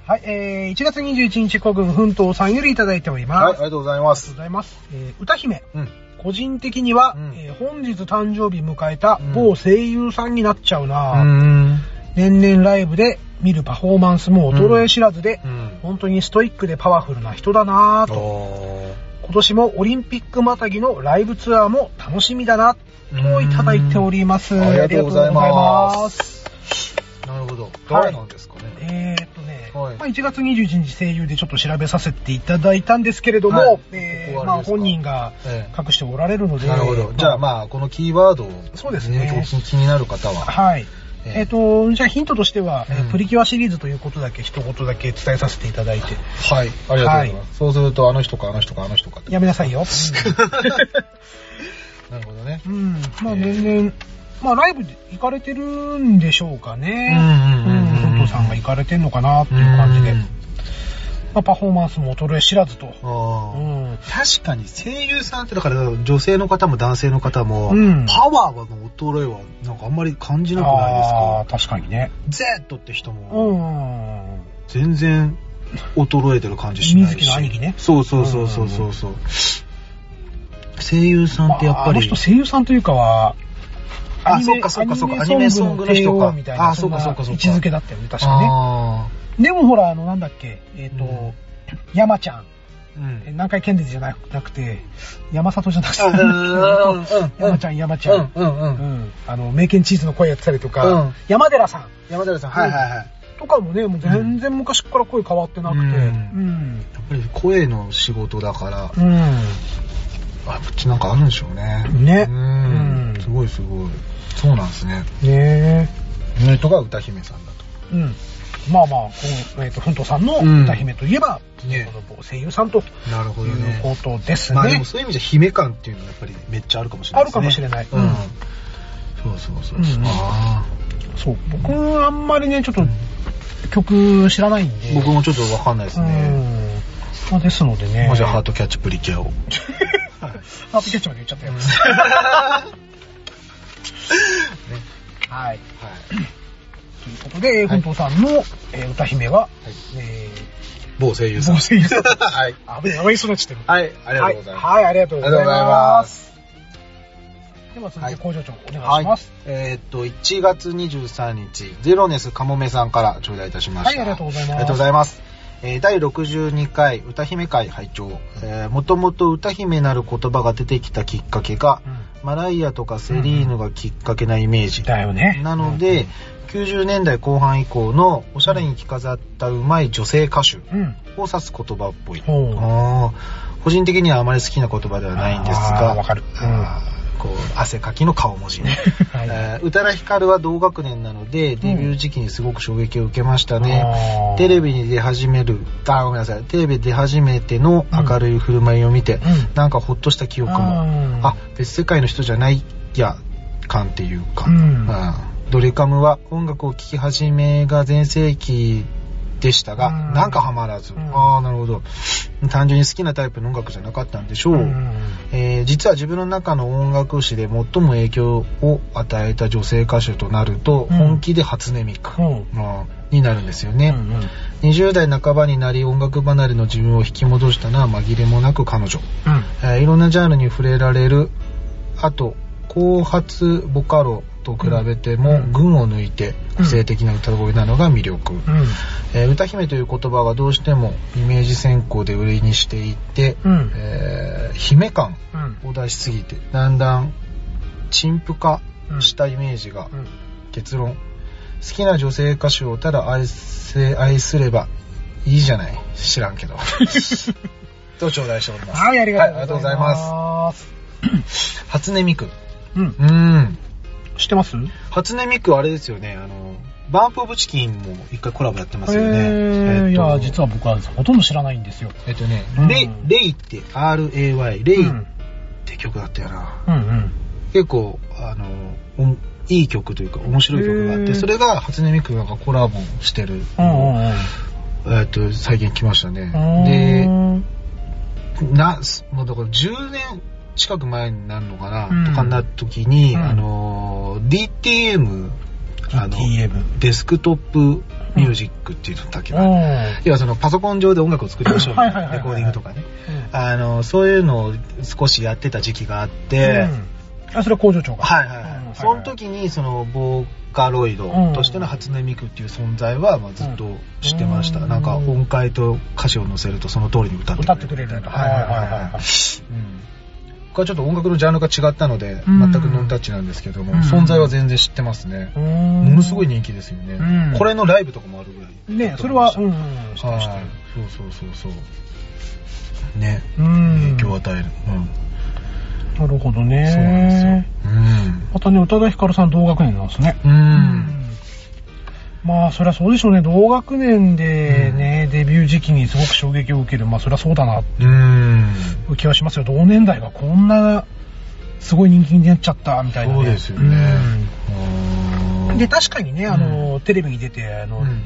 S1: はい、えー、1月21日、国分奮闘さんよりいただいております。
S2: はい、あ
S1: あ
S2: り
S1: り
S2: がとうございま
S1: がとう
S2: す
S1: ご。ざいます。えー、歌姫。
S2: うん。
S1: 個人的には、
S2: うん
S1: えー本日誕生日迎えた
S2: うん
S1: 某声優さんになっちゃう
S2: う
S1: な、
S2: ん。
S1: 年々ライブで見るパフォーマンスも衰え知らずで、
S2: うん。
S1: 本当にストイックでパワフルな人だなぁと。
S2: おー
S1: 今年もオリンピックまたぎのライブツアーも楽しみだな、といただいております。
S2: うんありがとうございます
S1: ありがとうございます。
S2: なるほど。
S1: はい
S2: 誰なんですかね。
S1: えーっとね、
S2: はい
S1: まあ、1月21日声優でちょっと調べさせていただいたんですけれども、
S2: はい
S1: えー
S2: ここは
S1: ま
S2: あ
S1: あ
S2: れですか
S1: 本人が
S2: え
S1: 隠しておられるの
S2: え
S1: で、
S2: なるほど。じゃあ
S1: ま
S2: まあ、このキーワードを、
S1: そうですね
S2: お気に気になる方は。
S1: あはい。えーっ、と、じゃあヒントとしては、えー
S2: うん
S1: プリキュアシリーズということだけ一言だけ伝えさせていただいて、
S2: はい。ありがとうございます。そうすると、あの人か、あの人か、あの人かって。
S1: やめなさいよ。
S2: なるほどね。
S1: うん。うんまあ年々、まあライブで行かれてるんでしょうかね。
S2: うんうんうんうん
S1: うん。お父さんが行かれてんのかなっていう感じで、まあパフォーマンスも衰え知らずと。う
S2: ああ。
S1: ん。
S2: 確かに声優さんって、だから女性の方も男性の方も、
S1: うん
S2: パワーの衰えはなんかあんまり感じなくないです
S1: ああ
S2: か
S1: ー、確かにね。
S2: ?Z って人も
S1: うん。
S2: 全然衰えてる感じしないし。
S1: 水木の兄貴ね
S2: そうそうそうそうそうそう。声優さんってやっ
S1: まあ
S2: ぱ
S1: あの
S2: り
S1: 人、声優さんというかは、
S2: あ
S1: アニ
S2: そっ
S1: メ
S2: かそっかそっか
S1: アニメソングの人
S2: アニメソングの人か
S1: か。みたいな。
S2: あそっかそっかそっか
S1: んな位置づけだったよね、確かね。
S2: あ
S1: でもほら、あの、なんだっけ、えっ、
S2: う
S1: と
S2: ん、
S1: 山ちゃん。
S2: ーうん
S1: え南海キャンディーズじゃなくなくて、山里じゃなくて、山
S2: 山
S1: ちゃん、山ちゃん。
S2: うんうんう。
S1: うんん。あの、メイケンチーズの声やってたりとか、
S2: うん
S1: 山寺さん
S2: 山寺さん、はいはいはい。
S1: とかもね、もう全然昔から声変わってなくて、
S2: う
S1: うん。
S2: やっぱり声の仕事だから、
S1: うん。
S2: あ、こっちなんかあるんでしょうね。
S1: ね
S2: うん
S1: うん
S2: すごいすごい。そうなんですね。
S1: ねえ。
S2: その人が歌姫さんだと。
S1: うん。まあまあ、この、えっ、と、ふんとさんの歌姫といえば、
S2: ね
S1: この某声優さんという
S2: なるほどね。
S1: ことですね。
S2: まあでもそういう意味じゃ姫感っていうのはやっぱりめっちゃあるかもしれないですね。
S1: あるかもしれない
S2: うん
S1: うん。
S2: そうそうそうう。
S1: ん
S2: あ
S1: そう。僕、あんまりね、ちょっと、曲知らないんで。
S2: ー僕もちょっとわかんないですね。
S1: うん。まあ、ですのでね。
S2: もしハートキャッチプリキュアを。
S1: ハートキャッチまで言っちゃ ったよ。はい。
S2: はい。
S1: ということで、えー本当さんの、えー歌姫は、え
S2: 某声優さん。
S1: 某声優さん
S2: はい。
S1: ー、あぶねえ、名前そうなっちゃってる。
S2: はい、ありがとうございます。
S1: はい、はいありがとうございます。では続いて
S2: はい
S1: 工場長、お願
S2: はいい
S1: します。。
S2: えーっと、1月23日、ゼロネスカモメさんから頂戴いたしました。
S1: はいありがとうございます
S2: ありがとうございます。えー第62回歌姫会拝聴、えー、もともと歌姫なる言葉が出てきたきっかけが、マライアとかセリーヌがきっかけなイメージ。
S1: だよね。
S2: なので、90年代後半以降のおしゃれに着飾ったうまい女性歌手
S1: うん、うん。
S2: を指す言葉っぽい。
S1: ほう
S2: あー個人的にはあまり好きな言葉ではないんですが、
S1: あーわかるうん
S2: あーこう汗かきの顔文字ね。
S1: はい
S2: えー宇多田ヒカルは同学年なので、デビュー時期にすごく衝撃を受けましたね。
S1: あー
S2: テレビに出始める、あー、ごめんなさい、テレビ出始めての明るい振る舞いを見て、
S1: ん
S2: なんかほっとした記憶も、
S1: うん
S2: あ、別世界の人じゃないや、感っていうか、
S1: うん
S2: うんドリカムは音楽を聴き始めが全盛期でしたが、
S1: うん
S2: なんかハマらず、
S1: うん
S2: ああ、なるほど。単純に好きなタイプの音楽じゃなかったんでしょう。
S1: うん
S2: えー実は自分の中の音楽史で最も影響を与えた女性歌手となると、
S1: うん
S2: 本気で初音ミク、
S1: うん
S2: まあになるんですよね、
S1: うん
S2: 20代半ばになり音楽離れの自分を引き戻したのは紛れもなく彼女。
S1: うん。
S2: えーいろんなジャンルに触れられる。あと、後発ボカロと比べて
S1: う
S2: も
S1: ん
S2: 群を抜いて
S1: うん
S2: 個性的な歌声なのが魅力。
S1: うん。
S2: えー歌姫という言葉がどうしてもイメージ先行で売りにしていて、
S1: うん
S2: えー姫感
S1: うん。
S2: を出しすぎて、だんだん陳腐化
S1: うん
S2: したイメージが
S1: うん。
S2: 結論好きな女性歌手をただ愛せ愛すればいいじゃない知ら んけどと頂戴しております
S1: はい、ありがとうございます。
S2: は
S1: す。
S2: い初音ミク
S1: うん。
S2: うん
S1: 知ってます
S2: 初音ミクあれですよねあのバーンプオブチキンも一回コラボやってますよね
S1: えー、いや、実
S2: は
S1: は僕はほとんど知らないんですよ。
S2: えっとね、
S1: うん
S2: レイレイって RAY レ
S1: う
S2: イっ
S1: ん。
S2: て曲だったよな、
S1: うんうん。
S2: 結構あのおんいい曲というか面白い曲があっ
S1: へー
S2: てそれが初音ミクがコラボしてる
S1: うんうんうん。
S2: えっと、最近来ましたね。
S1: う
S2: で、
S1: ん
S2: な、すもうだから10年近く前になるのかな、
S1: うん
S2: とかなった時に、
S1: うん
S2: あのー、DTM、あの、
S1: DTM。
S2: デスクトップミュージックっていうのだっけ
S1: う
S2: な。
S1: ん
S2: 要はそのパソコン上で音楽を作りましょうみた
S1: は
S2: い
S1: いはい
S2: な、
S1: はいはい
S2: レコーディングとかね。あの、そういうのを少しやってた時期があって、
S1: うんあ、それは工場長が。
S2: はいはいはい、
S1: うん
S2: その時にそのボーカロイドとしての初音ミクっていう存在はまあずっと知ってました、
S1: うん
S2: なんか音階と歌詞を載せるとその通りに歌って
S1: 歌ってくれるんだ。
S2: はいはいはいはい、うん、僕はちょっと音楽のジャンルが違ったので、
S1: うん
S2: 全くノンタッチなんですけども、
S1: うん
S2: 存在は全然知ってますね、
S1: も
S2: ものすごい。人気ですよね、
S1: うん
S2: これのライブとかもあるぐらい
S1: ねそれは、うんうん
S2: はい
S1: うん。知ってる知ってる
S2: そうそうそうそうね
S1: うん
S2: 影響を与えるうん、
S1: なるほど
S2: そうなんですよ
S1: ね。またね、宇多田ヒカルさん同学年なんですね。
S2: うん、
S1: う
S2: うん
S1: まあ、そりゃそうでしょうね。同学年でね、デビュー時期にすごく衝撃を受ける。まあ、そりゃそうだな、
S2: うーん。
S1: 気はしますよ。同年代がこんな、すごい人気になっちゃった、みたいな、
S2: そうですよね。
S1: う
S2: うー
S1: ん
S2: ん
S1: で、、確かにね、あの、テレビに出て、あの、
S2: うん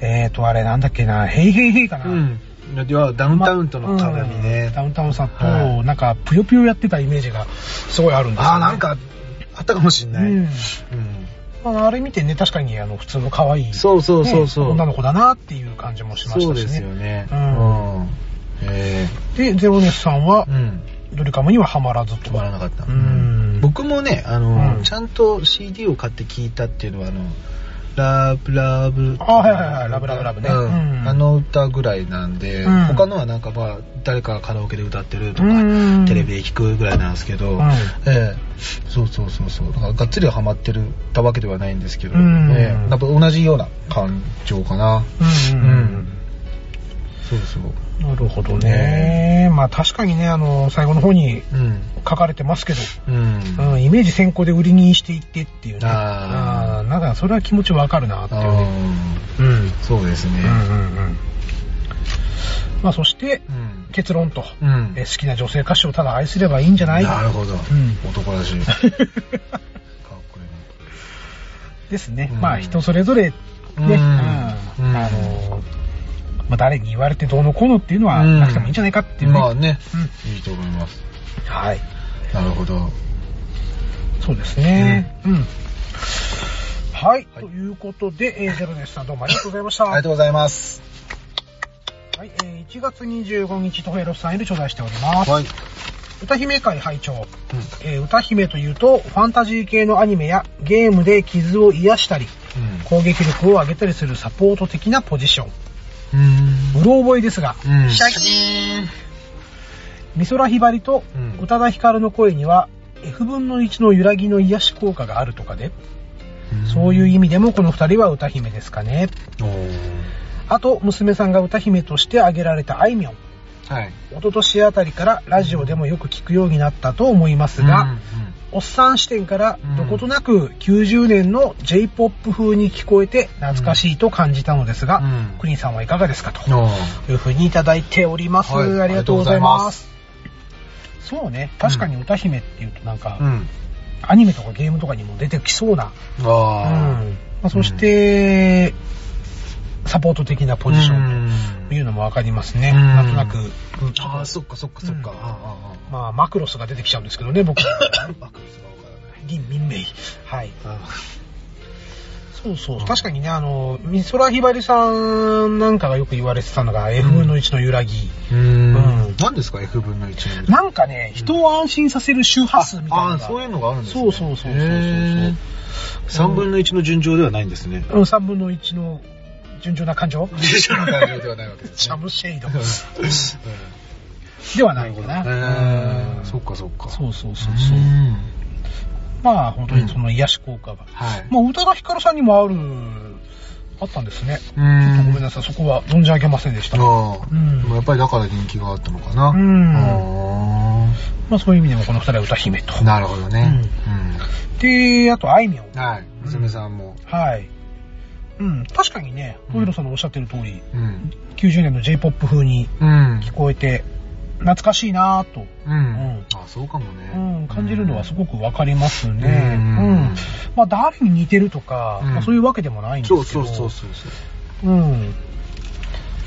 S1: えっ、と、あれなんだっけな、ヘイヘイヘイかな。
S2: うん。要はダウンタウンとの絡み
S1: う
S2: ね
S1: ん。ダウンタウンさんと、
S2: はい
S1: なんか、ぷよぷよやってたイメージがすごいあるんですよ、ね。
S2: ああ、なん、か、あったかもしん
S1: う
S2: ない。うんん。。
S1: まあ、あれ見てね、確かに、あの、普通の可愛い。
S2: そうそうそうそう
S1: ね女の子だなっていう感じもしまし
S2: そう
S1: たしね。
S2: ですよね。
S1: う
S2: うんん。へえ。
S1: で、ゼロネスさんは
S2: う、ん。
S1: ドリカムにはハマらずと。
S2: 止まらなかった。
S1: うん
S2: 僕もね、あの、
S1: うん
S2: ちゃんと CD を買って聞いたっていうのは、あの、ラブラブ。
S1: あはいはいはいラブラブラブね
S2: うん
S1: うん
S2: あの歌ぐらいなんで、
S1: うん
S2: 他のはなんかまあ、誰かがカラオケで歌ってるとか、
S1: うん
S2: テレビで聞くぐらいなんですけど、
S1: うん
S2: ええそうそうそうそう。だからがっつりはハマってるたわけではないんですけ
S1: う
S2: ど、
S1: ん
S2: ええやっぱ同じような感情かな。
S1: うんうんうん
S2: そうそう。
S1: なるほどね。まあ確かにね、あの、最後の方に
S2: うん。
S1: 書かれてますけど、
S2: うん。
S1: うん、イメージ先行で売りにしていってっていうね。
S2: あー
S1: あーなんかそれは気持ちわかるなっていう
S2: あ
S1: ね。
S2: ー
S1: うん。うん
S2: そうですね。
S1: うんうん。まあそして、
S2: うん
S1: 結論と、
S2: うん
S1: え好きな女性歌手をただ愛すればいいんじゃない
S2: なるほど。
S1: ん
S2: 男らしい。かっこい
S1: ですね。
S2: うん
S1: まあ人それぞれ、ね、
S2: うん
S1: うん
S2: うん
S1: あの、まあ誰に言われてどうのこうのっていうのは
S2: うん
S1: なくてもいいんじゃないかってい
S2: いな。
S1: うね。
S2: まあね、
S1: う
S2: いいと思います。
S1: はい。
S2: なるほど。
S1: そうですね。うん。はい。
S2: はい
S1: ということで、えーゼロネスさんどうもありがとうございました。
S2: ありがとうございます。
S1: はい、えー1月25日、トヘロスさんより頂戴しております。
S2: はい。
S1: 歌姫会拝聴、えー歌姫というと、ファンタジー系のアニメやゲームで傷を癒したり、攻撃力を上げたりするサポート的なポジション。
S2: うん。
S1: うろ覚えですが、
S2: うん。
S1: シャキ
S2: キーン。
S1: 美空ひばりと
S2: うん
S1: 宇多田ヒカルの声には、F 分の1の揺らぎの癒し効果があるとかで、そういう意味でもこの二人は歌姫ですかね。
S2: おー
S1: あと、娘さんが歌姫として挙げられたあいみょん。
S2: はい。
S1: 一昨年あたりからラジオでもよく聞くようになったと思いますが、おっさん視点から
S2: うん
S1: どことなく90年の J-POP 風に聞こえて懐かしいと感じたのですが、
S2: うん
S1: クリンさんはいかがですか
S2: うん、
S1: というふうにいただいております。
S2: はい
S1: ありがとうございま
S2: ありがとうございますす。
S1: そうね、確かに歌姫っていうとなんか、
S2: うん。
S1: アニメとかゲームとかにも出てきそうな、うん
S2: あ
S1: まあ、そして、サポート的な
S2: あ。
S1: ポジション
S2: ン
S1: というのもわかりますね。
S2: うん
S1: なんとなく、うん
S2: ああ、そっかそっかそっか。
S1: うん
S2: あーあー、
S1: まあ、マクロスが出てきちゃうんです けどね、僕。
S2: あーバックスがわからない
S1: 銀民名。はい。
S2: あ
S1: そうそう。確かにね、あの、美空ひばりさんなんかがよく言われてたのが、F 分の1の揺らぎ。
S2: うー
S1: うん
S2: ん。何ですか ?F 分の1の。
S1: なんかね、人を安心させる周波数みたいなの
S2: ああ、
S1: が。
S2: そういうのがあるんですね。
S1: そうそうそうそうそうそう
S2: へー3分の1の順調ではないんですね。
S1: うん、3分の1の順調な感情
S2: 順調な感情ではないわけです
S1: シ
S2: ね
S1: ャ。ムシェイド
S2: うん
S1: ではないかな。
S2: へ
S1: う
S2: ー
S1: ん
S2: そっかそっか。
S1: そうそうそうそう。
S2: ん
S1: まあ、本当にその癒し効果が。
S2: はい。
S1: まあ、宇多田ヒカルさんにもある、あったんですね。
S2: う
S1: ちょっとごめん
S2: ん。
S1: なさい、そこは存じ上げませんでした。ま
S2: あ
S1: う
S2: あ、
S1: ん
S2: まあやっぱりだから人気があったのかな。
S1: うん
S2: あ
S1: あ、そういう意味でもこの二人は歌姫と
S2: ー。なるほどね。
S1: で、あと、あいみょん。
S2: うんはい。娘さんも。
S1: はい。うん、確かにね、小広さんのおっしゃってる通り、
S2: うん。
S1: 90年の J-POP 風に
S2: うん。
S1: 聞こえて、懐かしいなぁと、
S2: うん。あ、そうかも
S1: う
S2: ね。
S1: ん、感じるのはすごくわかりますね。
S2: うん
S1: うん。まあ、誰に似てるとか、
S2: うん
S1: まあ、そういうわけでもないんですけ
S2: そ
S1: ど。
S2: うそうそうそうそう。
S1: うん。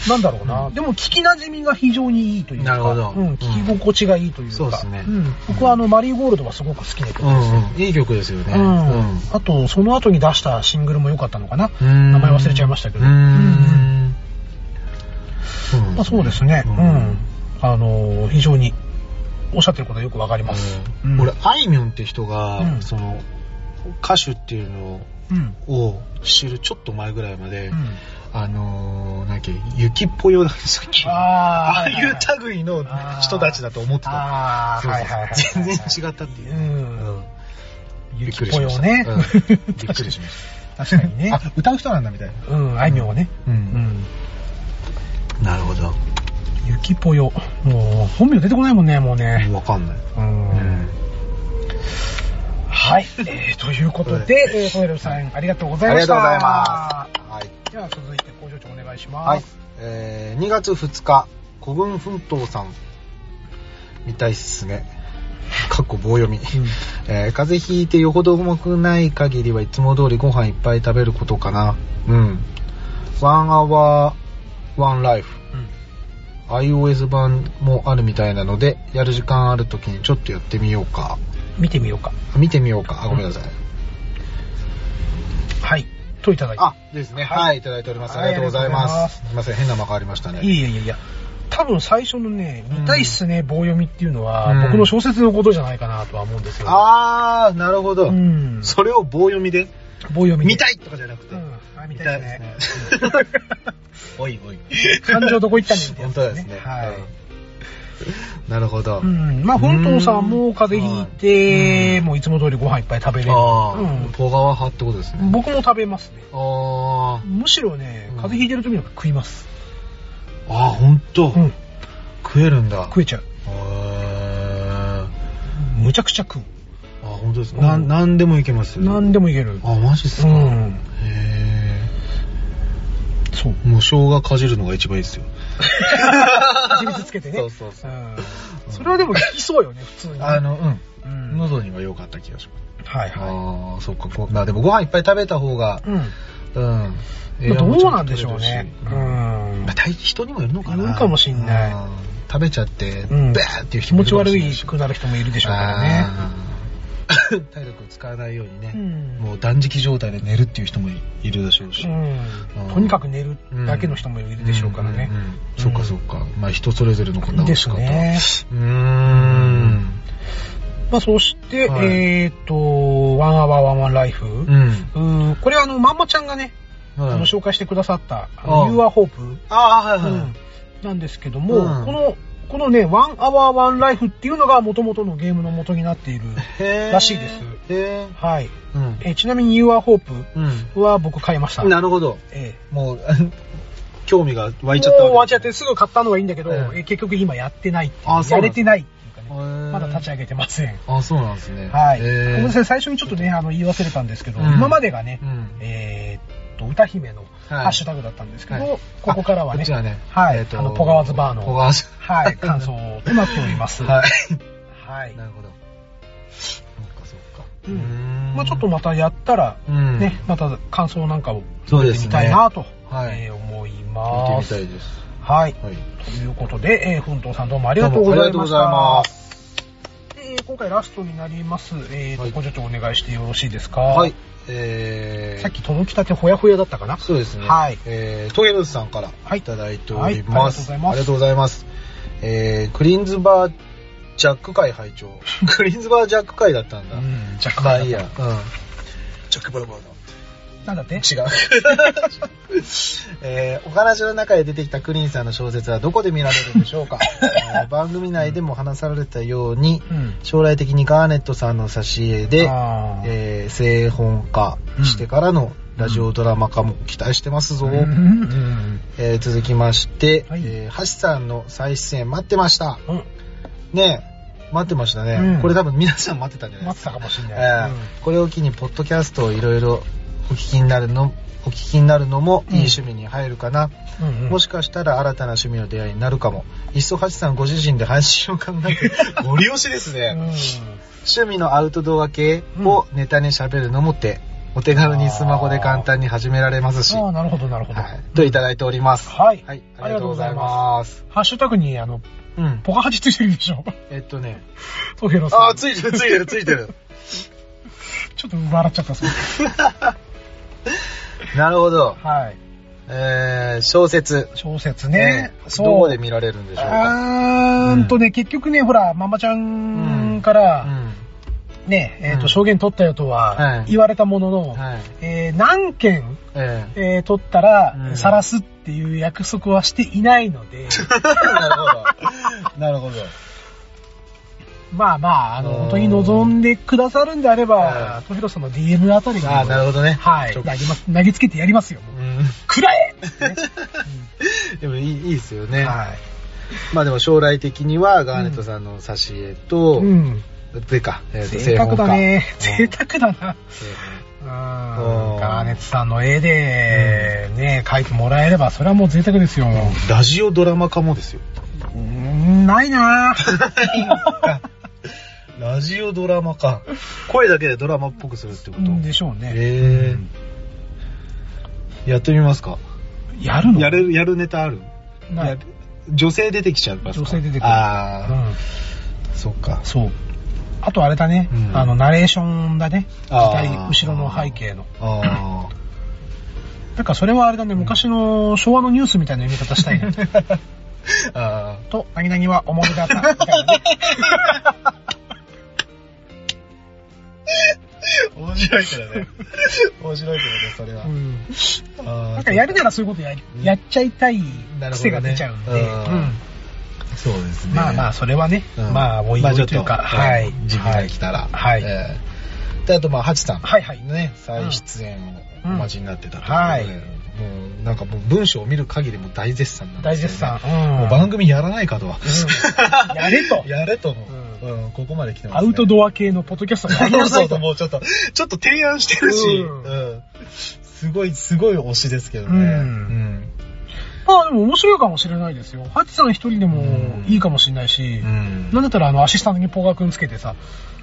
S1: なんだろうな。でも聞き馴染みが非常にいいというか。
S2: なるほど
S1: うん、聞き心地がいいというか。
S2: そうですね
S1: ん。僕はあの、マリーゴールドはすごく好きな曲
S2: う
S1: ですね。
S2: んうん。いい曲ですよね。
S1: うん。あと、その後に出したシングルも良かったのかな。
S2: うん
S1: 名前忘れちゃいましたけど
S2: うー。
S1: うん
S2: そうなん
S1: まあ、そうですね。う。
S2: うんん
S1: あのー、非常に、おっしゃってることはよくわかります。うん
S2: 俺、あいみょんって人が、
S1: うん
S2: その、歌手っていうの
S1: うん。
S2: を知るちょっと前ぐらいまで、
S1: うん
S2: あのー、なんだっけ、雪っぽよだ、さっき。
S1: あー
S2: ああ
S1: はいはいはい
S2: いう類の人たちだと思ってた。
S1: ああ、
S2: そう
S1: はい
S2: そ
S1: うはいはい。
S2: 全然違ったっていうう。
S1: ん。
S2: び
S1: ゆ
S2: っ
S1: き
S2: くり
S1: ぽ
S2: しま
S1: よ
S2: した。
S1: ね。
S2: うんびっくりし まし
S1: 確かにね
S2: た。。あ、歌う人なんだみたいな。
S1: うん、あいみょんはね。
S2: う
S1: う。ん。
S2: なるほど。
S1: ゆきぽよ。もう、本名出てこないもんね、もうね。
S2: わかんない。
S1: うん
S2: うん
S1: はい。えーということで、えー、ホエルさん、ありがとうございました。
S2: ありがとうございます。はい。
S1: す。では、続いて、工場長お願いします。
S2: はい。えー、2月2日、古軍奮闘さん、見たいっすね。かっこ棒読み。えー、風邪ひいてよほど重くない限りはいつも通りご飯いっぱい食べることかな。うん。ワンアワー、ワンライフ。iOS 版もあるみたいなので、やる時間ある時にちょっとやってみようか。
S1: 見てみようか。
S2: あ見てみようか。あ、ごめんなさい。
S1: はい。といただいて。
S2: あ、ですね。
S1: はい
S2: はい、いただいております。あ
S1: はい
S2: りがとうございま。
S1: ありがとうございます
S2: すいません、変な間がありましたね。
S1: いやいやいやいや。多分最初のね、
S2: うん
S1: 見たいっすね、棒読みっていうのは、
S2: うん
S1: 僕の小説のことじゃないかなとは思うんですよ。
S2: あー、なるほど。
S1: うん。
S2: それを棒読みで、
S1: 棒読み。
S2: 見た
S1: い
S2: いとかじゃなくて、
S1: うん。あ、見たいですね。
S2: 見たいですねおいおい。
S1: 感情どこ行ったねんってや
S2: 本
S1: つ
S2: 当ですね。
S1: はい。
S2: うんなるほど。
S1: うん。まあ、奮闘さんも風邪ひいて、
S2: うん
S1: もういつも通りご飯いっぱい食べれる。
S2: ああ、
S1: う
S2: ポガワ派ってことですね。
S1: ん。僕も食べますね。
S2: あ
S1: むしろね、
S2: うん
S1: 風邪ひいてる時の方が食います。
S2: あ、ああ、ほんと。
S1: うん。
S2: 食えるんだ。
S1: 食えちゃう。
S2: へー
S1: むちゃくちゃ食う。
S2: あ、ほんとです。
S1: うん
S2: なん、なんでもいけます。
S1: 何でもいける。
S2: あ、マジっす
S1: う
S2: か。
S1: ん。
S2: へ
S1: そう。
S2: ーもう生姜かじるのが一番いいですよ。
S1: 蜂蜜つけてね。
S2: そうそうそう。
S1: うんそれはでも効きそうよね、普通に。
S2: あの、うん。
S1: うん、
S2: 喉には良かった気がします。
S1: はいは
S2: ああ、そっか。こうまあでもご飯いっぱい食べた方が
S1: い。、うん。
S2: うん。
S1: まあどうなんでしょうね。
S2: う。
S1: うんん
S2: まあ、。体人にもよるのかな。
S1: よるかもしんない
S2: うん。食べちゃって、
S1: うん
S2: バーっていう
S1: 気
S2: 人も
S1: 持
S2: い
S1: ち
S2: るかも
S1: 悪
S2: しれないし
S1: くなる人もいるでしょうからね。
S2: あー 体力を使わないように
S1: う
S2: ね、
S1: ん。
S2: もう断食状態で寝るっていう人もいるでしょうし。
S1: うん
S2: うん
S1: とにかく寝るだけの人もいるでしょうからね
S2: ん。んんそっかそっか。まあ人それぞれのこんな
S1: ですね。
S2: うーん。
S1: まあ、そして、
S2: はい
S1: えっ、と、ワンアワーワンワンライフ。
S2: う。
S1: うんんこれはあの、まんまちゃんがね、あ
S2: は
S1: の
S2: い
S1: 紹介してくださった、
S2: ああ
S1: You are Hope、
S2: ああ、はいは
S1: う
S2: い
S1: んなんですけども、
S2: うん
S1: この、このね、ワンアワーワンライフっていうのが元々のゲームの元になってい る。
S2: へー
S1: らしいです
S2: へー
S1: はい。
S2: うん。
S1: えちなみに You are Hope
S2: うん。
S1: は僕買いました。
S2: なるほど。
S1: ええ
S2: もう、興味が湧
S1: も
S2: いちゃった
S1: う終わっちゃっ
S2: って
S1: すぐ買ったのはいいんだけど、
S2: うん
S1: え結局今やってないっていう
S2: あそ
S1: や
S2: うなん
S1: れ
S2: です
S1: てないっていうか
S2: た
S1: ね、まだ立ち上げてません。
S2: あ、そうなんですね。
S1: はい。
S2: へ
S1: ごめんな
S2: ー
S1: さい、最初にちょっとね、あの、言い忘れたんですけど、
S2: うん
S1: 今までがね、
S2: うん
S1: えーっと、歌姫の
S2: はい
S1: ハッシュタグだったんですけど、
S2: はい
S1: ここからは
S2: こ
S1: ね
S2: っち、はね、
S1: はい
S2: えっと
S1: あのポガワズバーの
S2: ポガワズ。
S1: はい、感 想となっております。は
S2: は。
S1: いい。
S2: なるほど。そっかそっか。
S1: うん
S2: うーん
S1: まあちょっとまたやったら、
S2: うん
S1: ね、また感想なんかを
S2: そう
S1: 見
S2: で
S1: て
S2: す
S1: み
S2: ね。
S1: たいなと、
S2: はい
S1: えー思い
S2: 聞いて
S1: ま
S2: みた
S1: す。
S2: いです。
S1: はい。
S2: はい。
S1: ということで、えー、ふんとうさんどうもありがとうございました。
S2: どうもありがとうございます
S1: えー今回ラストになります。えー、
S2: はい
S1: と、ご助長お願いしてよろしいですか
S2: はい。。えー、
S1: さっき届きたてほやほやだったかな
S2: そうですね。
S1: はい
S2: えー、トゲムズさんから
S1: はい
S2: いただいております。
S1: はいありがとうございます
S2: ありがとうございます。えー、クリーンズバージャック会会長。 クリーンズバージャック会だったんだ。
S1: ん、ジャック
S2: ま
S1: バ
S2: あ
S1: ラ
S2: いいや。うん。ジャックバラバラだ。
S1: なんだって
S2: 違う。えーお話の中で出てきたクリンさんの小説はどこで見られるんでしょ うか、えー番組内でも話されたように、
S1: うん。
S2: 将来的にガーネットさんの挿絵で、
S1: あー
S2: えー製本化してからのラジオドラマ化も期待してますぞ。
S1: うんうん
S2: えー続きまして、
S1: はい
S2: えー橋さんの再出演待ってました。
S1: うん。
S2: ねえ待ってましたね、
S1: うん
S2: これ多分皆さん待ってたんじゃないですか
S1: 待ってたかもしん
S2: え
S1: ない。う
S2: ー
S1: ん
S2: これを機にポッドキャストをいろいろお聞きになるのお聞きになるのもいい趣味に入るかな、
S1: うんうん
S2: もしかしたら新たな趣味の出会いになるかもいっそはちさんご自身で配信を考 えてご利用しですね、趣味のアウトドア系をネタに喋るのも手お手軽にスマホで簡単に始められますし、
S1: うんあ
S2: は
S1: あ、なるほど、なるほど。
S2: い、といただいております
S1: はい
S2: はい、
S1: あ
S2: あ
S1: りがとう
S2: りがとう
S1: ご
S2: ご
S1: ざ
S2: ざ
S1: い
S2: い
S1: ま
S2: ます
S1: ハッシュタグに、あの、
S2: うん
S1: ポカハチついてるでしょ
S2: えっとね
S1: トヘロさん。
S2: あーついてるついてるついてる
S1: ちょっと笑っちゃった、それ。
S2: なるほど
S1: はい。
S2: えー、小説
S1: 小説ね。そう。
S2: どこで見られるんでしょうか。
S1: あーんとね、結局ね、ほら、ママちゃんから、ね、えっ、
S2: う
S1: と、
S2: ん
S1: 証言取ったよとは
S2: はい
S1: 言われたものの、
S2: うん。はい。
S1: えー何件、
S2: え
S1: えー取ったら
S2: う、ん
S1: 晒すっていう約束はしていないの で、
S2: えなるほ ど。なるほど。
S1: まあまあ、あの、
S2: うん
S1: 本当に望んでくださるんであれ
S2: う
S1: ば
S2: ん、
S1: トヒロさんの DM あたりに、
S2: ああ、なるほどね。
S1: はい、
S2: ち
S1: 投
S2: ょ
S1: げます、投げつけてやりますよ。もう
S2: う
S1: くらえ、ね
S2: ん。でもいい、いいですよ
S1: うん
S2: ね。
S1: はい。
S2: まあでも将来的には、ガーネットさんの挿絵と、
S1: うん。
S2: でか、えーと
S1: 贅沢だね。贅。
S2: 製
S1: 沢だな。
S2: 本
S1: うん
S2: うん
S1: ガーネットさんの絵で、ね、描いてもらえれば、それはもう贅沢ですよ。
S2: 家うんラジオドラマ化もですよ。
S1: うん、ないな ぁ
S2: ラジオドラマ化。声だけでドラマっぽくするってこ
S1: う
S2: と
S1: んでしょうね。
S2: ええ。やってみますか
S1: やるの
S2: やれる、やるネタある
S1: ない
S2: や女性出てきちゃいますか
S1: 女性出てくる
S2: ああ、
S1: うん
S2: そっか。
S1: そう。あとあれだね、
S2: うん
S1: あの、ナレーションだね。時
S2: あー
S1: 代、後ろの背景の。
S2: あ
S1: だからそれはあれだね、昔の昭和のニュースみたいな読み方したいな。
S2: ーあ
S1: と、なぎなぎは思い出だった。みたいなね
S2: ー。面白いからね。 面白いけどね、それは
S1: う。ん
S2: あー
S1: なんかやるならそういうことややっちゃいたい
S2: なるほどね
S1: 癖が出ちゃうんで、
S2: うんそうです
S1: うん
S2: ね。
S1: まあまあ、それはね、
S2: うん
S1: まあ、おいお
S2: まあちょ
S1: い
S2: っ
S1: というか、は
S2: はいい。。時期が来たら。
S1: はい
S2: えーで、あとまあ、ハチさん。
S1: はいはい
S2: ね、再出演をお待ちになってたということで
S1: うんはい
S2: もう、なんかもう文章を見る限りもう大絶賛なんですよ
S1: 大
S2: ね
S1: 絶賛。
S2: もう番組やらないかとは。
S1: うんやれと
S2: やれと思
S1: う
S2: う。うん、ここまで来てます、
S1: アウト
S2: ア。
S1: ドア系のポッドキャストにありなさ
S2: そ
S1: いう
S2: そ
S1: と
S2: う、。もうちょっと、ちょっと提案してるし、
S1: うん
S2: うん。すごい、すごい推しですけどね。
S1: うん
S2: うん。
S1: まあでも面白いかもしれないですよ。ハチさん一人でもいいかもしれないし、
S2: うん
S1: なんだったらあのアシスタントにポガーくんつけてさ、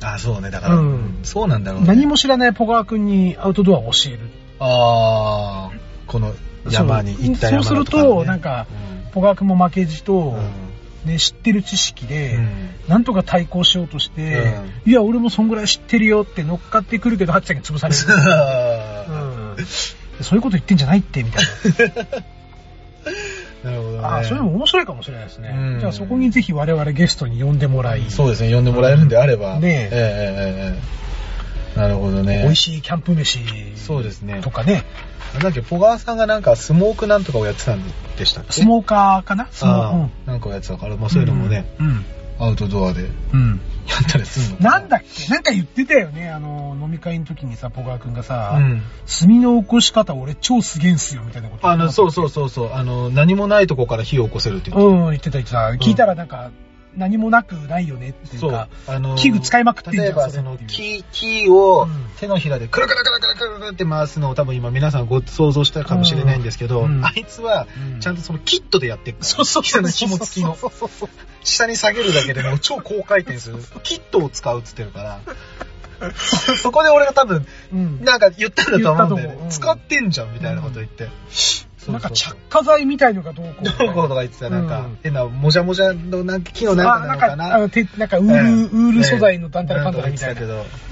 S2: あ、そうね、だから、
S1: うん
S2: そうなんだろうね。
S1: 何も知らないポガーくんにアウトドアを教える。
S2: あー、この山に行った
S1: そうそ
S2: 山
S1: うする
S2: のところね
S1: と、なんか、ポガーくんも負けじ
S2: う
S1: と
S2: ん、
S1: ね、知ってる知識で、
S2: うん
S1: なんとか対抗しようとして、いや、俺もそんぐらい知ってるよって乗っかってくるけど、ハチさんに潰される。うんそういうこと言ってんじゃないって、みたい
S2: なるほどね。
S1: な。ああ、それも面白いかもしれないですね。
S2: うん
S1: じゃあそこにぜひ我々ゲストに呼んでもらい、
S2: そうですね、呼んでもらえるんであれば。
S1: ねえ
S2: ええええええなるほどね。
S1: 美味しいキャンプ飯
S2: そうですね
S1: とかね、
S2: なんだっけ、ポガーさんがなんかスモークなんとかをやってたんでしたっけ
S1: スモーカーかなスモー
S2: あ
S1: カー。う
S2: ー
S1: ん
S2: なんかをやってたから、まあそういうのもね、。
S1: うん。
S2: アウトドアでや
S1: うん。
S2: ったりするの
S1: な
S2: か
S1: んだっけなんか言ってたよね。あの、飲み会の時にさ、ポガー君がさ、
S2: うん。
S1: 炭の起こし方俺超すげえんすよ、みたいなこと。
S2: あの、そうそうそうそう、あの、何もないとこから火を起こせるっていう。
S1: うん、言ってた言ってた。聞いたらなんか、何もなくないよねっていう
S2: そう
S1: か、。
S2: あのー
S1: 器具使いまくってんじゃん
S2: 例えば
S1: それ
S2: そ
S1: っ
S2: の
S1: ていう
S2: 木、木を
S1: うん
S2: 手のひらでくるくるくるくるくるくるって回すのを多分今皆さんご想像したかもしれないんですけど、
S1: うんうん
S2: あいつは
S1: うん
S2: ちゃんとそのキットでやってるから。
S1: そうそうそう
S2: 膝の紐付きの。下に下げるだけでもう超高回転する。キットを使うっつってるから。そ そこで俺が多分、
S1: うん。
S2: なんか言ったんだと思うんだ
S1: 言った
S2: よ
S1: と思う
S2: ね。
S1: うん
S2: 使ってんじゃんみたいなこと言って。そうそうそう
S1: なんか着火剤みたいのがどうこうみたい
S2: どう
S1: な。
S2: こうとか言ってた、なん
S1: う
S2: か、
S1: ん
S2: 変な、もじゃもじゃの、なんか木のなんかなのか
S1: ああ
S2: な。
S1: のてなんかウール、
S2: うん
S1: ウール素材のダンタラ
S2: ね
S1: カンタラみたい
S2: と
S1: な。
S2: か言ってたけ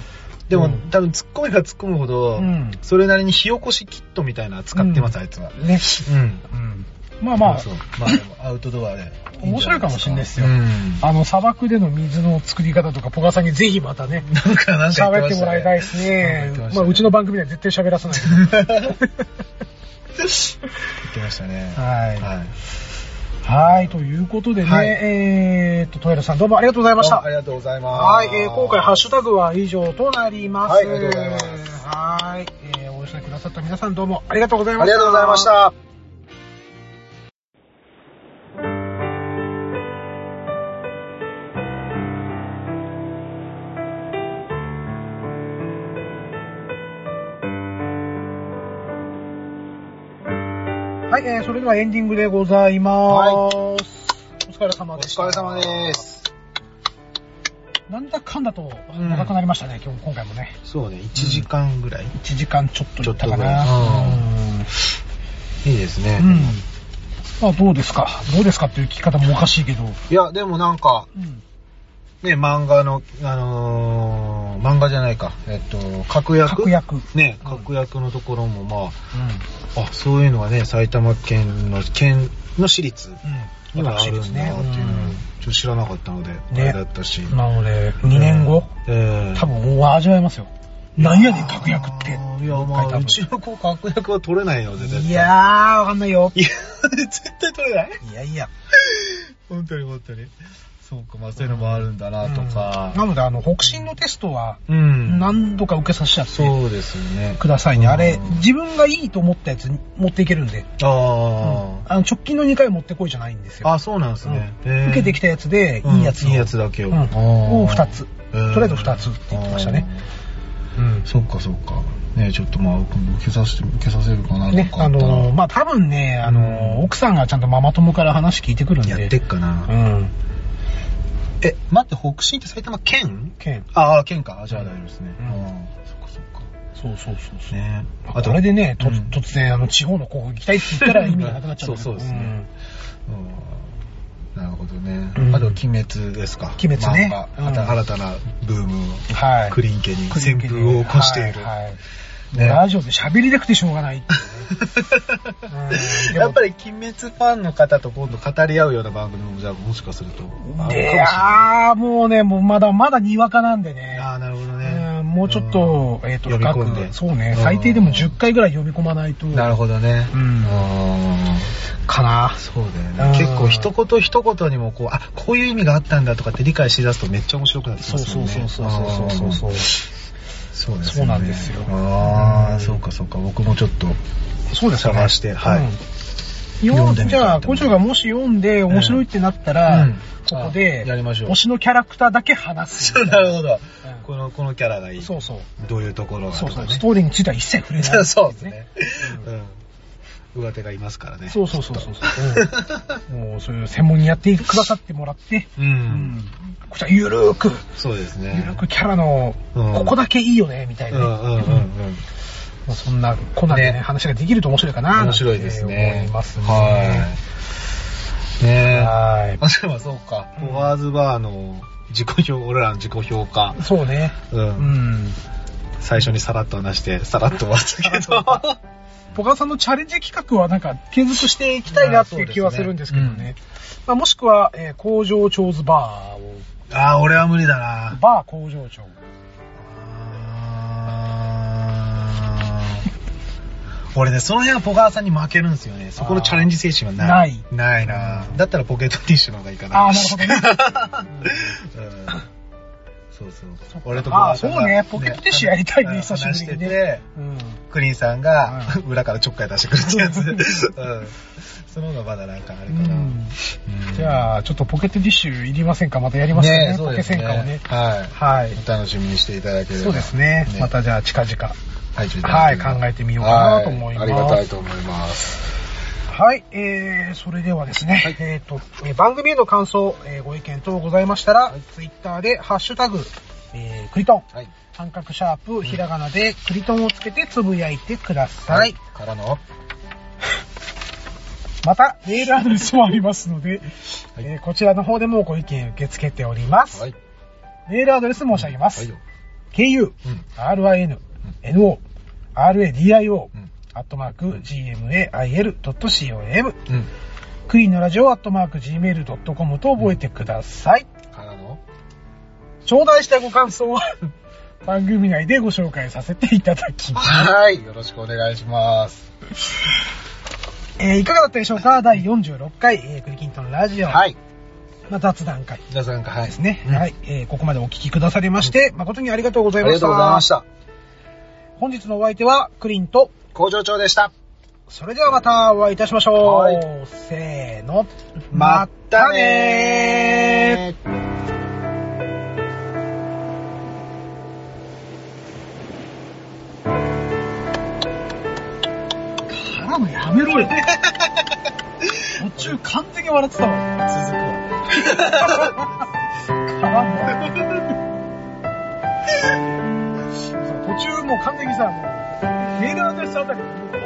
S2: ど。でも、
S1: うん
S2: 多分突っ込めば突っ込むほど、
S1: うん
S2: それなりに火起こしキットみたいなの使ってます、
S1: うん
S2: あいつは。
S1: ね。
S2: うん。
S1: うん。まあまあ
S2: そう、そうまあでも、アウトドアで。
S1: 面白いかもしれないですよ
S2: うん
S1: あの砂漠での水の作り方とか、ポガさんにぜひまたね、
S2: なんか、なんか
S1: 喋ってもらいたいですね。まあ、うちの
S2: 場合。
S1: 番組では絶対喋らせないけ
S2: 言ってましたね。
S1: はい
S2: はい。
S1: ど。はい、ということでね、
S2: はい
S1: えーっと、トイラさんどうもありがとうございまし
S2: どうもあ
S1: た。
S2: りがとうございます。
S1: はい、えー今回ハッシュタグは以上となります。
S2: はいありがとうございます
S1: はい、えーお寄せくださった皆さんどうもありがとうござい
S2: あ
S1: ま
S2: り
S1: した。
S2: がとうございまし。た。
S1: はい、えーそれではエンディングでございます。
S2: はい
S1: お疲れ様
S2: お
S1: でした。
S2: 疲れ様です。
S1: なんだかんだと
S2: うん
S1: 長くなりましたね、今日今回もね。
S2: そうね、1時間ぐらい。
S1: 1時間ちょっといったかな。
S2: ちょっとぐらい
S1: うん
S2: いいですね。
S1: うん。まあどうですかどうですかっていう聞き方もおかしいけど。
S2: いや、でもなんか、
S1: うん。
S2: ね、漫画の、あのー漫画じゃないか、えっと、確約。
S1: 確約。うん。
S2: ね、確約のところもまあ、あ、そういうのはね、埼玉県の、県の私立
S1: う
S2: に
S1: ん。
S2: はあ
S1: 私
S2: るん
S1: で
S2: だ
S1: す
S2: っていう
S1: ね
S2: のを、。ちょっと知らなかったので、あれだったし。
S1: うんなので、2年後、
S2: ええ
S1: 多分もう味わえますよ。なんやねん、確約って。
S2: あーいや、ま
S1: 多
S2: あ、
S1: 分
S2: うちの子、確約は取れないよ、絶対。
S1: いやー、わかんないよ。
S2: いや、絶対取れない。
S1: いやいや。
S2: 本当に本当に。そうか、まあそういうのもあるんだな、と
S1: うんな
S2: か。
S1: ので、あの、北進のテストは、
S2: うん。
S1: 何度か受けさせちゃって
S2: そうですね。
S1: くださいね。あれ
S2: うん、
S1: 自分がいいと思ったやつ持っていけるんで。
S2: あ
S1: あの、直近の2回持ってこいじゃないんです
S2: あ。
S1: よ。
S2: あ、そうなんですね。へー
S1: 受けてきたやつで、いいやつ
S2: う
S1: を。
S2: んいいやつだけを。
S1: うん
S2: あー
S1: を二つ
S2: へー
S1: とりあえず二つって言ってましたねうん
S2: あーそっかそっか。ねちょっとまあ、僕も受けさせて、受けさせるかなと
S1: ね、
S2: かあ
S1: あ
S2: ったら。
S1: の、まあ、多分ね、あの、奥さんがちゃんとママ友から話聞いてくるんで。
S2: やってっか
S1: う
S2: な。
S1: ん。
S2: え、待って、北進って埼玉県
S1: 県。
S2: ああ、県か。あじゃあ大丈夫ですね。
S1: うん
S2: あーそっかそっか。
S1: そうそうそうそう。
S2: ね
S1: まあ、これでね、と
S2: うん
S1: 突然、あの、地方の高校行きたいって言ったら意味がなくなっちゃう
S2: そうそうですねうんなるほどね。
S1: うん
S2: あと、鬼滅ですか。
S1: 鬼滅ね
S2: 漫画
S1: うん
S2: また新たなブームを、
S1: うんはい。
S2: クリン家に旋風を起こしている。
S1: はいはい
S2: ね
S1: ラジオで喋りたくてしょうがないっていうねうん
S2: やっぱり鬼滅ファンの方と今度語り合うような番組も、じゃあもしかすると、あるかもしれ
S1: い
S2: ない。
S1: やー、もうね、もうまだまだにわかなんでね。
S2: ああ、なるほど
S1: う
S2: ね。
S1: んもうちょっと、えっ、と、
S2: 呼び
S1: 深
S2: 込んで。
S1: く、そうね、最低でも10回ぐらい呼び込まないと。
S2: なるほどね。
S1: うん
S2: あ
S1: かな
S2: ー。そうだよ
S1: うん
S2: ね。結構一言一言にもこう、あ、こういう意味があったんだとかって理解しだすとめっちゃ面白くなってき
S1: そ
S2: ま
S1: う
S2: す
S1: そ
S2: よ
S1: う
S2: ね。
S1: そうそうそうそうそう。
S2: そうです
S1: そうなんですよ
S2: あ
S1: う
S2: あ、
S1: ん
S2: そうかそうか。僕もち ょっと。
S1: そうですよね
S2: 探してはい
S1: うんよ
S2: 読んでみ
S1: じ
S2: たいと
S1: ゃあ、
S2: 思います
S1: 校長がもし読んで面白いってなったら、
S2: うん
S1: ここで、
S2: あやりましょう
S1: 推しのキャラクターだけ話す。
S2: そうなるほど
S1: ん。
S2: この、このキャラがいい。
S1: そうそう。
S2: どういうところが
S1: そ
S2: と
S1: うそ
S2: か
S1: う。
S2: ね
S1: ス。トーリーについては一切触れない、
S2: そうですね。うん。上手がいますからね。
S1: そうそうそうそうそう。うんもうそういう専門にやってくださってもらって、
S2: う。
S1: うんんこちらゆるーく、
S2: そうですね。
S1: ゆるくキャラの、
S2: うん
S1: ここだけいいよね、みたい
S2: うん
S1: な
S2: う
S1: ね。
S2: んうんうん。
S1: まあそんな、こんなんでね
S2: ね
S1: 話ができると面白いかな、
S2: 面白いです
S1: なんて
S2: ね。
S1: 思いますね。
S2: はい。ねえ。
S1: はい。
S2: あ、そういえばそうか。
S1: うん
S2: フォワーズバーの自己評、俺らの自己評価。
S1: そうね。
S2: う。
S1: うんん。
S2: 最初にさらっと話して、さらっと終わったけど。
S1: ポカさんのチャレンジ企画はなんか継続していきたいなっていう気はするんですけどね。
S2: まあそうで
S1: まあ、もしくは、えー工場長ズバーを、
S2: ああ、俺は無理だな。
S1: バー工場長。
S2: あー俺ね、その辺はポカーさんに負けるんですよね。そこのチャレンジ精神はない。ない。なだったらポケットティッシュの方がいいかな。
S1: ああ、なるほどね。
S2: うんそうそう
S1: そっ。か
S2: 俺とポカーさんが
S1: あーそうねポケットティッシュやりたいね久しぶりにね
S2: 話してて
S1: うん。
S2: クリンさんが
S1: う
S2: 裏からちょっかい出してくるって やつ。うんその方がまだなんかあれかな。
S1: うん
S2: うん
S1: じゃあ、ちょっとポケットティッシュいりませんかまたやりますね。
S2: ねそ
S1: ポケ
S2: うです
S1: 戦
S2: ね
S1: 火をね。
S2: は
S1: は
S2: い。
S1: い。
S2: お楽しみにしていただければ。
S1: そうですね。またじゃあ、近々。はい考えてみようかなと思います
S2: はありがたいと思います。
S1: はい、えー、それではですね、えっ、と、えー番組への感想、えーご意見等ございましたら、ツイッターで、ハッシュタグ、えー、クリトン、
S2: はい。
S1: 半角シャープ、ひらがなで、クリトンをつけてつぶやいてください。
S2: からの、
S1: また、メールアドレスもありますので、
S2: はい
S1: えーこちらの方でもご意見受け付けております。
S2: はい。
S1: メールアドレス申し上げます。
S2: はいよ。
S1: ku,
S2: うん。
S1: rin, no, radio,
S2: うん。
S1: アットマーク、gmail.com。
S2: うん。
S1: クリーンのラジオ、アットマーク、gmail.com と覚えてください。
S2: からの
S1: 頂戴したご感想は、番組内でご紹介させていただきます。
S2: はい。よろしくお願いします。
S1: えーいかがだったでしょうか第46回、えー、クリキントンラジオ、
S2: はい。
S1: まあ、雑談会
S2: 皆さんか、はい。
S1: ですね。
S2: うん
S1: はい、えーここまでお聞きくださりまして、誠にありがとうござ
S2: あ
S1: いま
S2: りが
S1: した。
S2: とうございました。
S1: 本日のお相手は、クリンと、
S2: 工場長でした。
S1: それではまたお会いいたしましょう。
S2: はい
S1: せーの、
S2: まった
S1: ねー
S2: ねー。
S1: あもうやめろ よ。途中完璧に笑ってたもん。
S2: 続くわ。
S1: 絡んだ途中もう完璧にさ、もうメールアドレスあたり、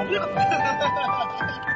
S1: 危なかった。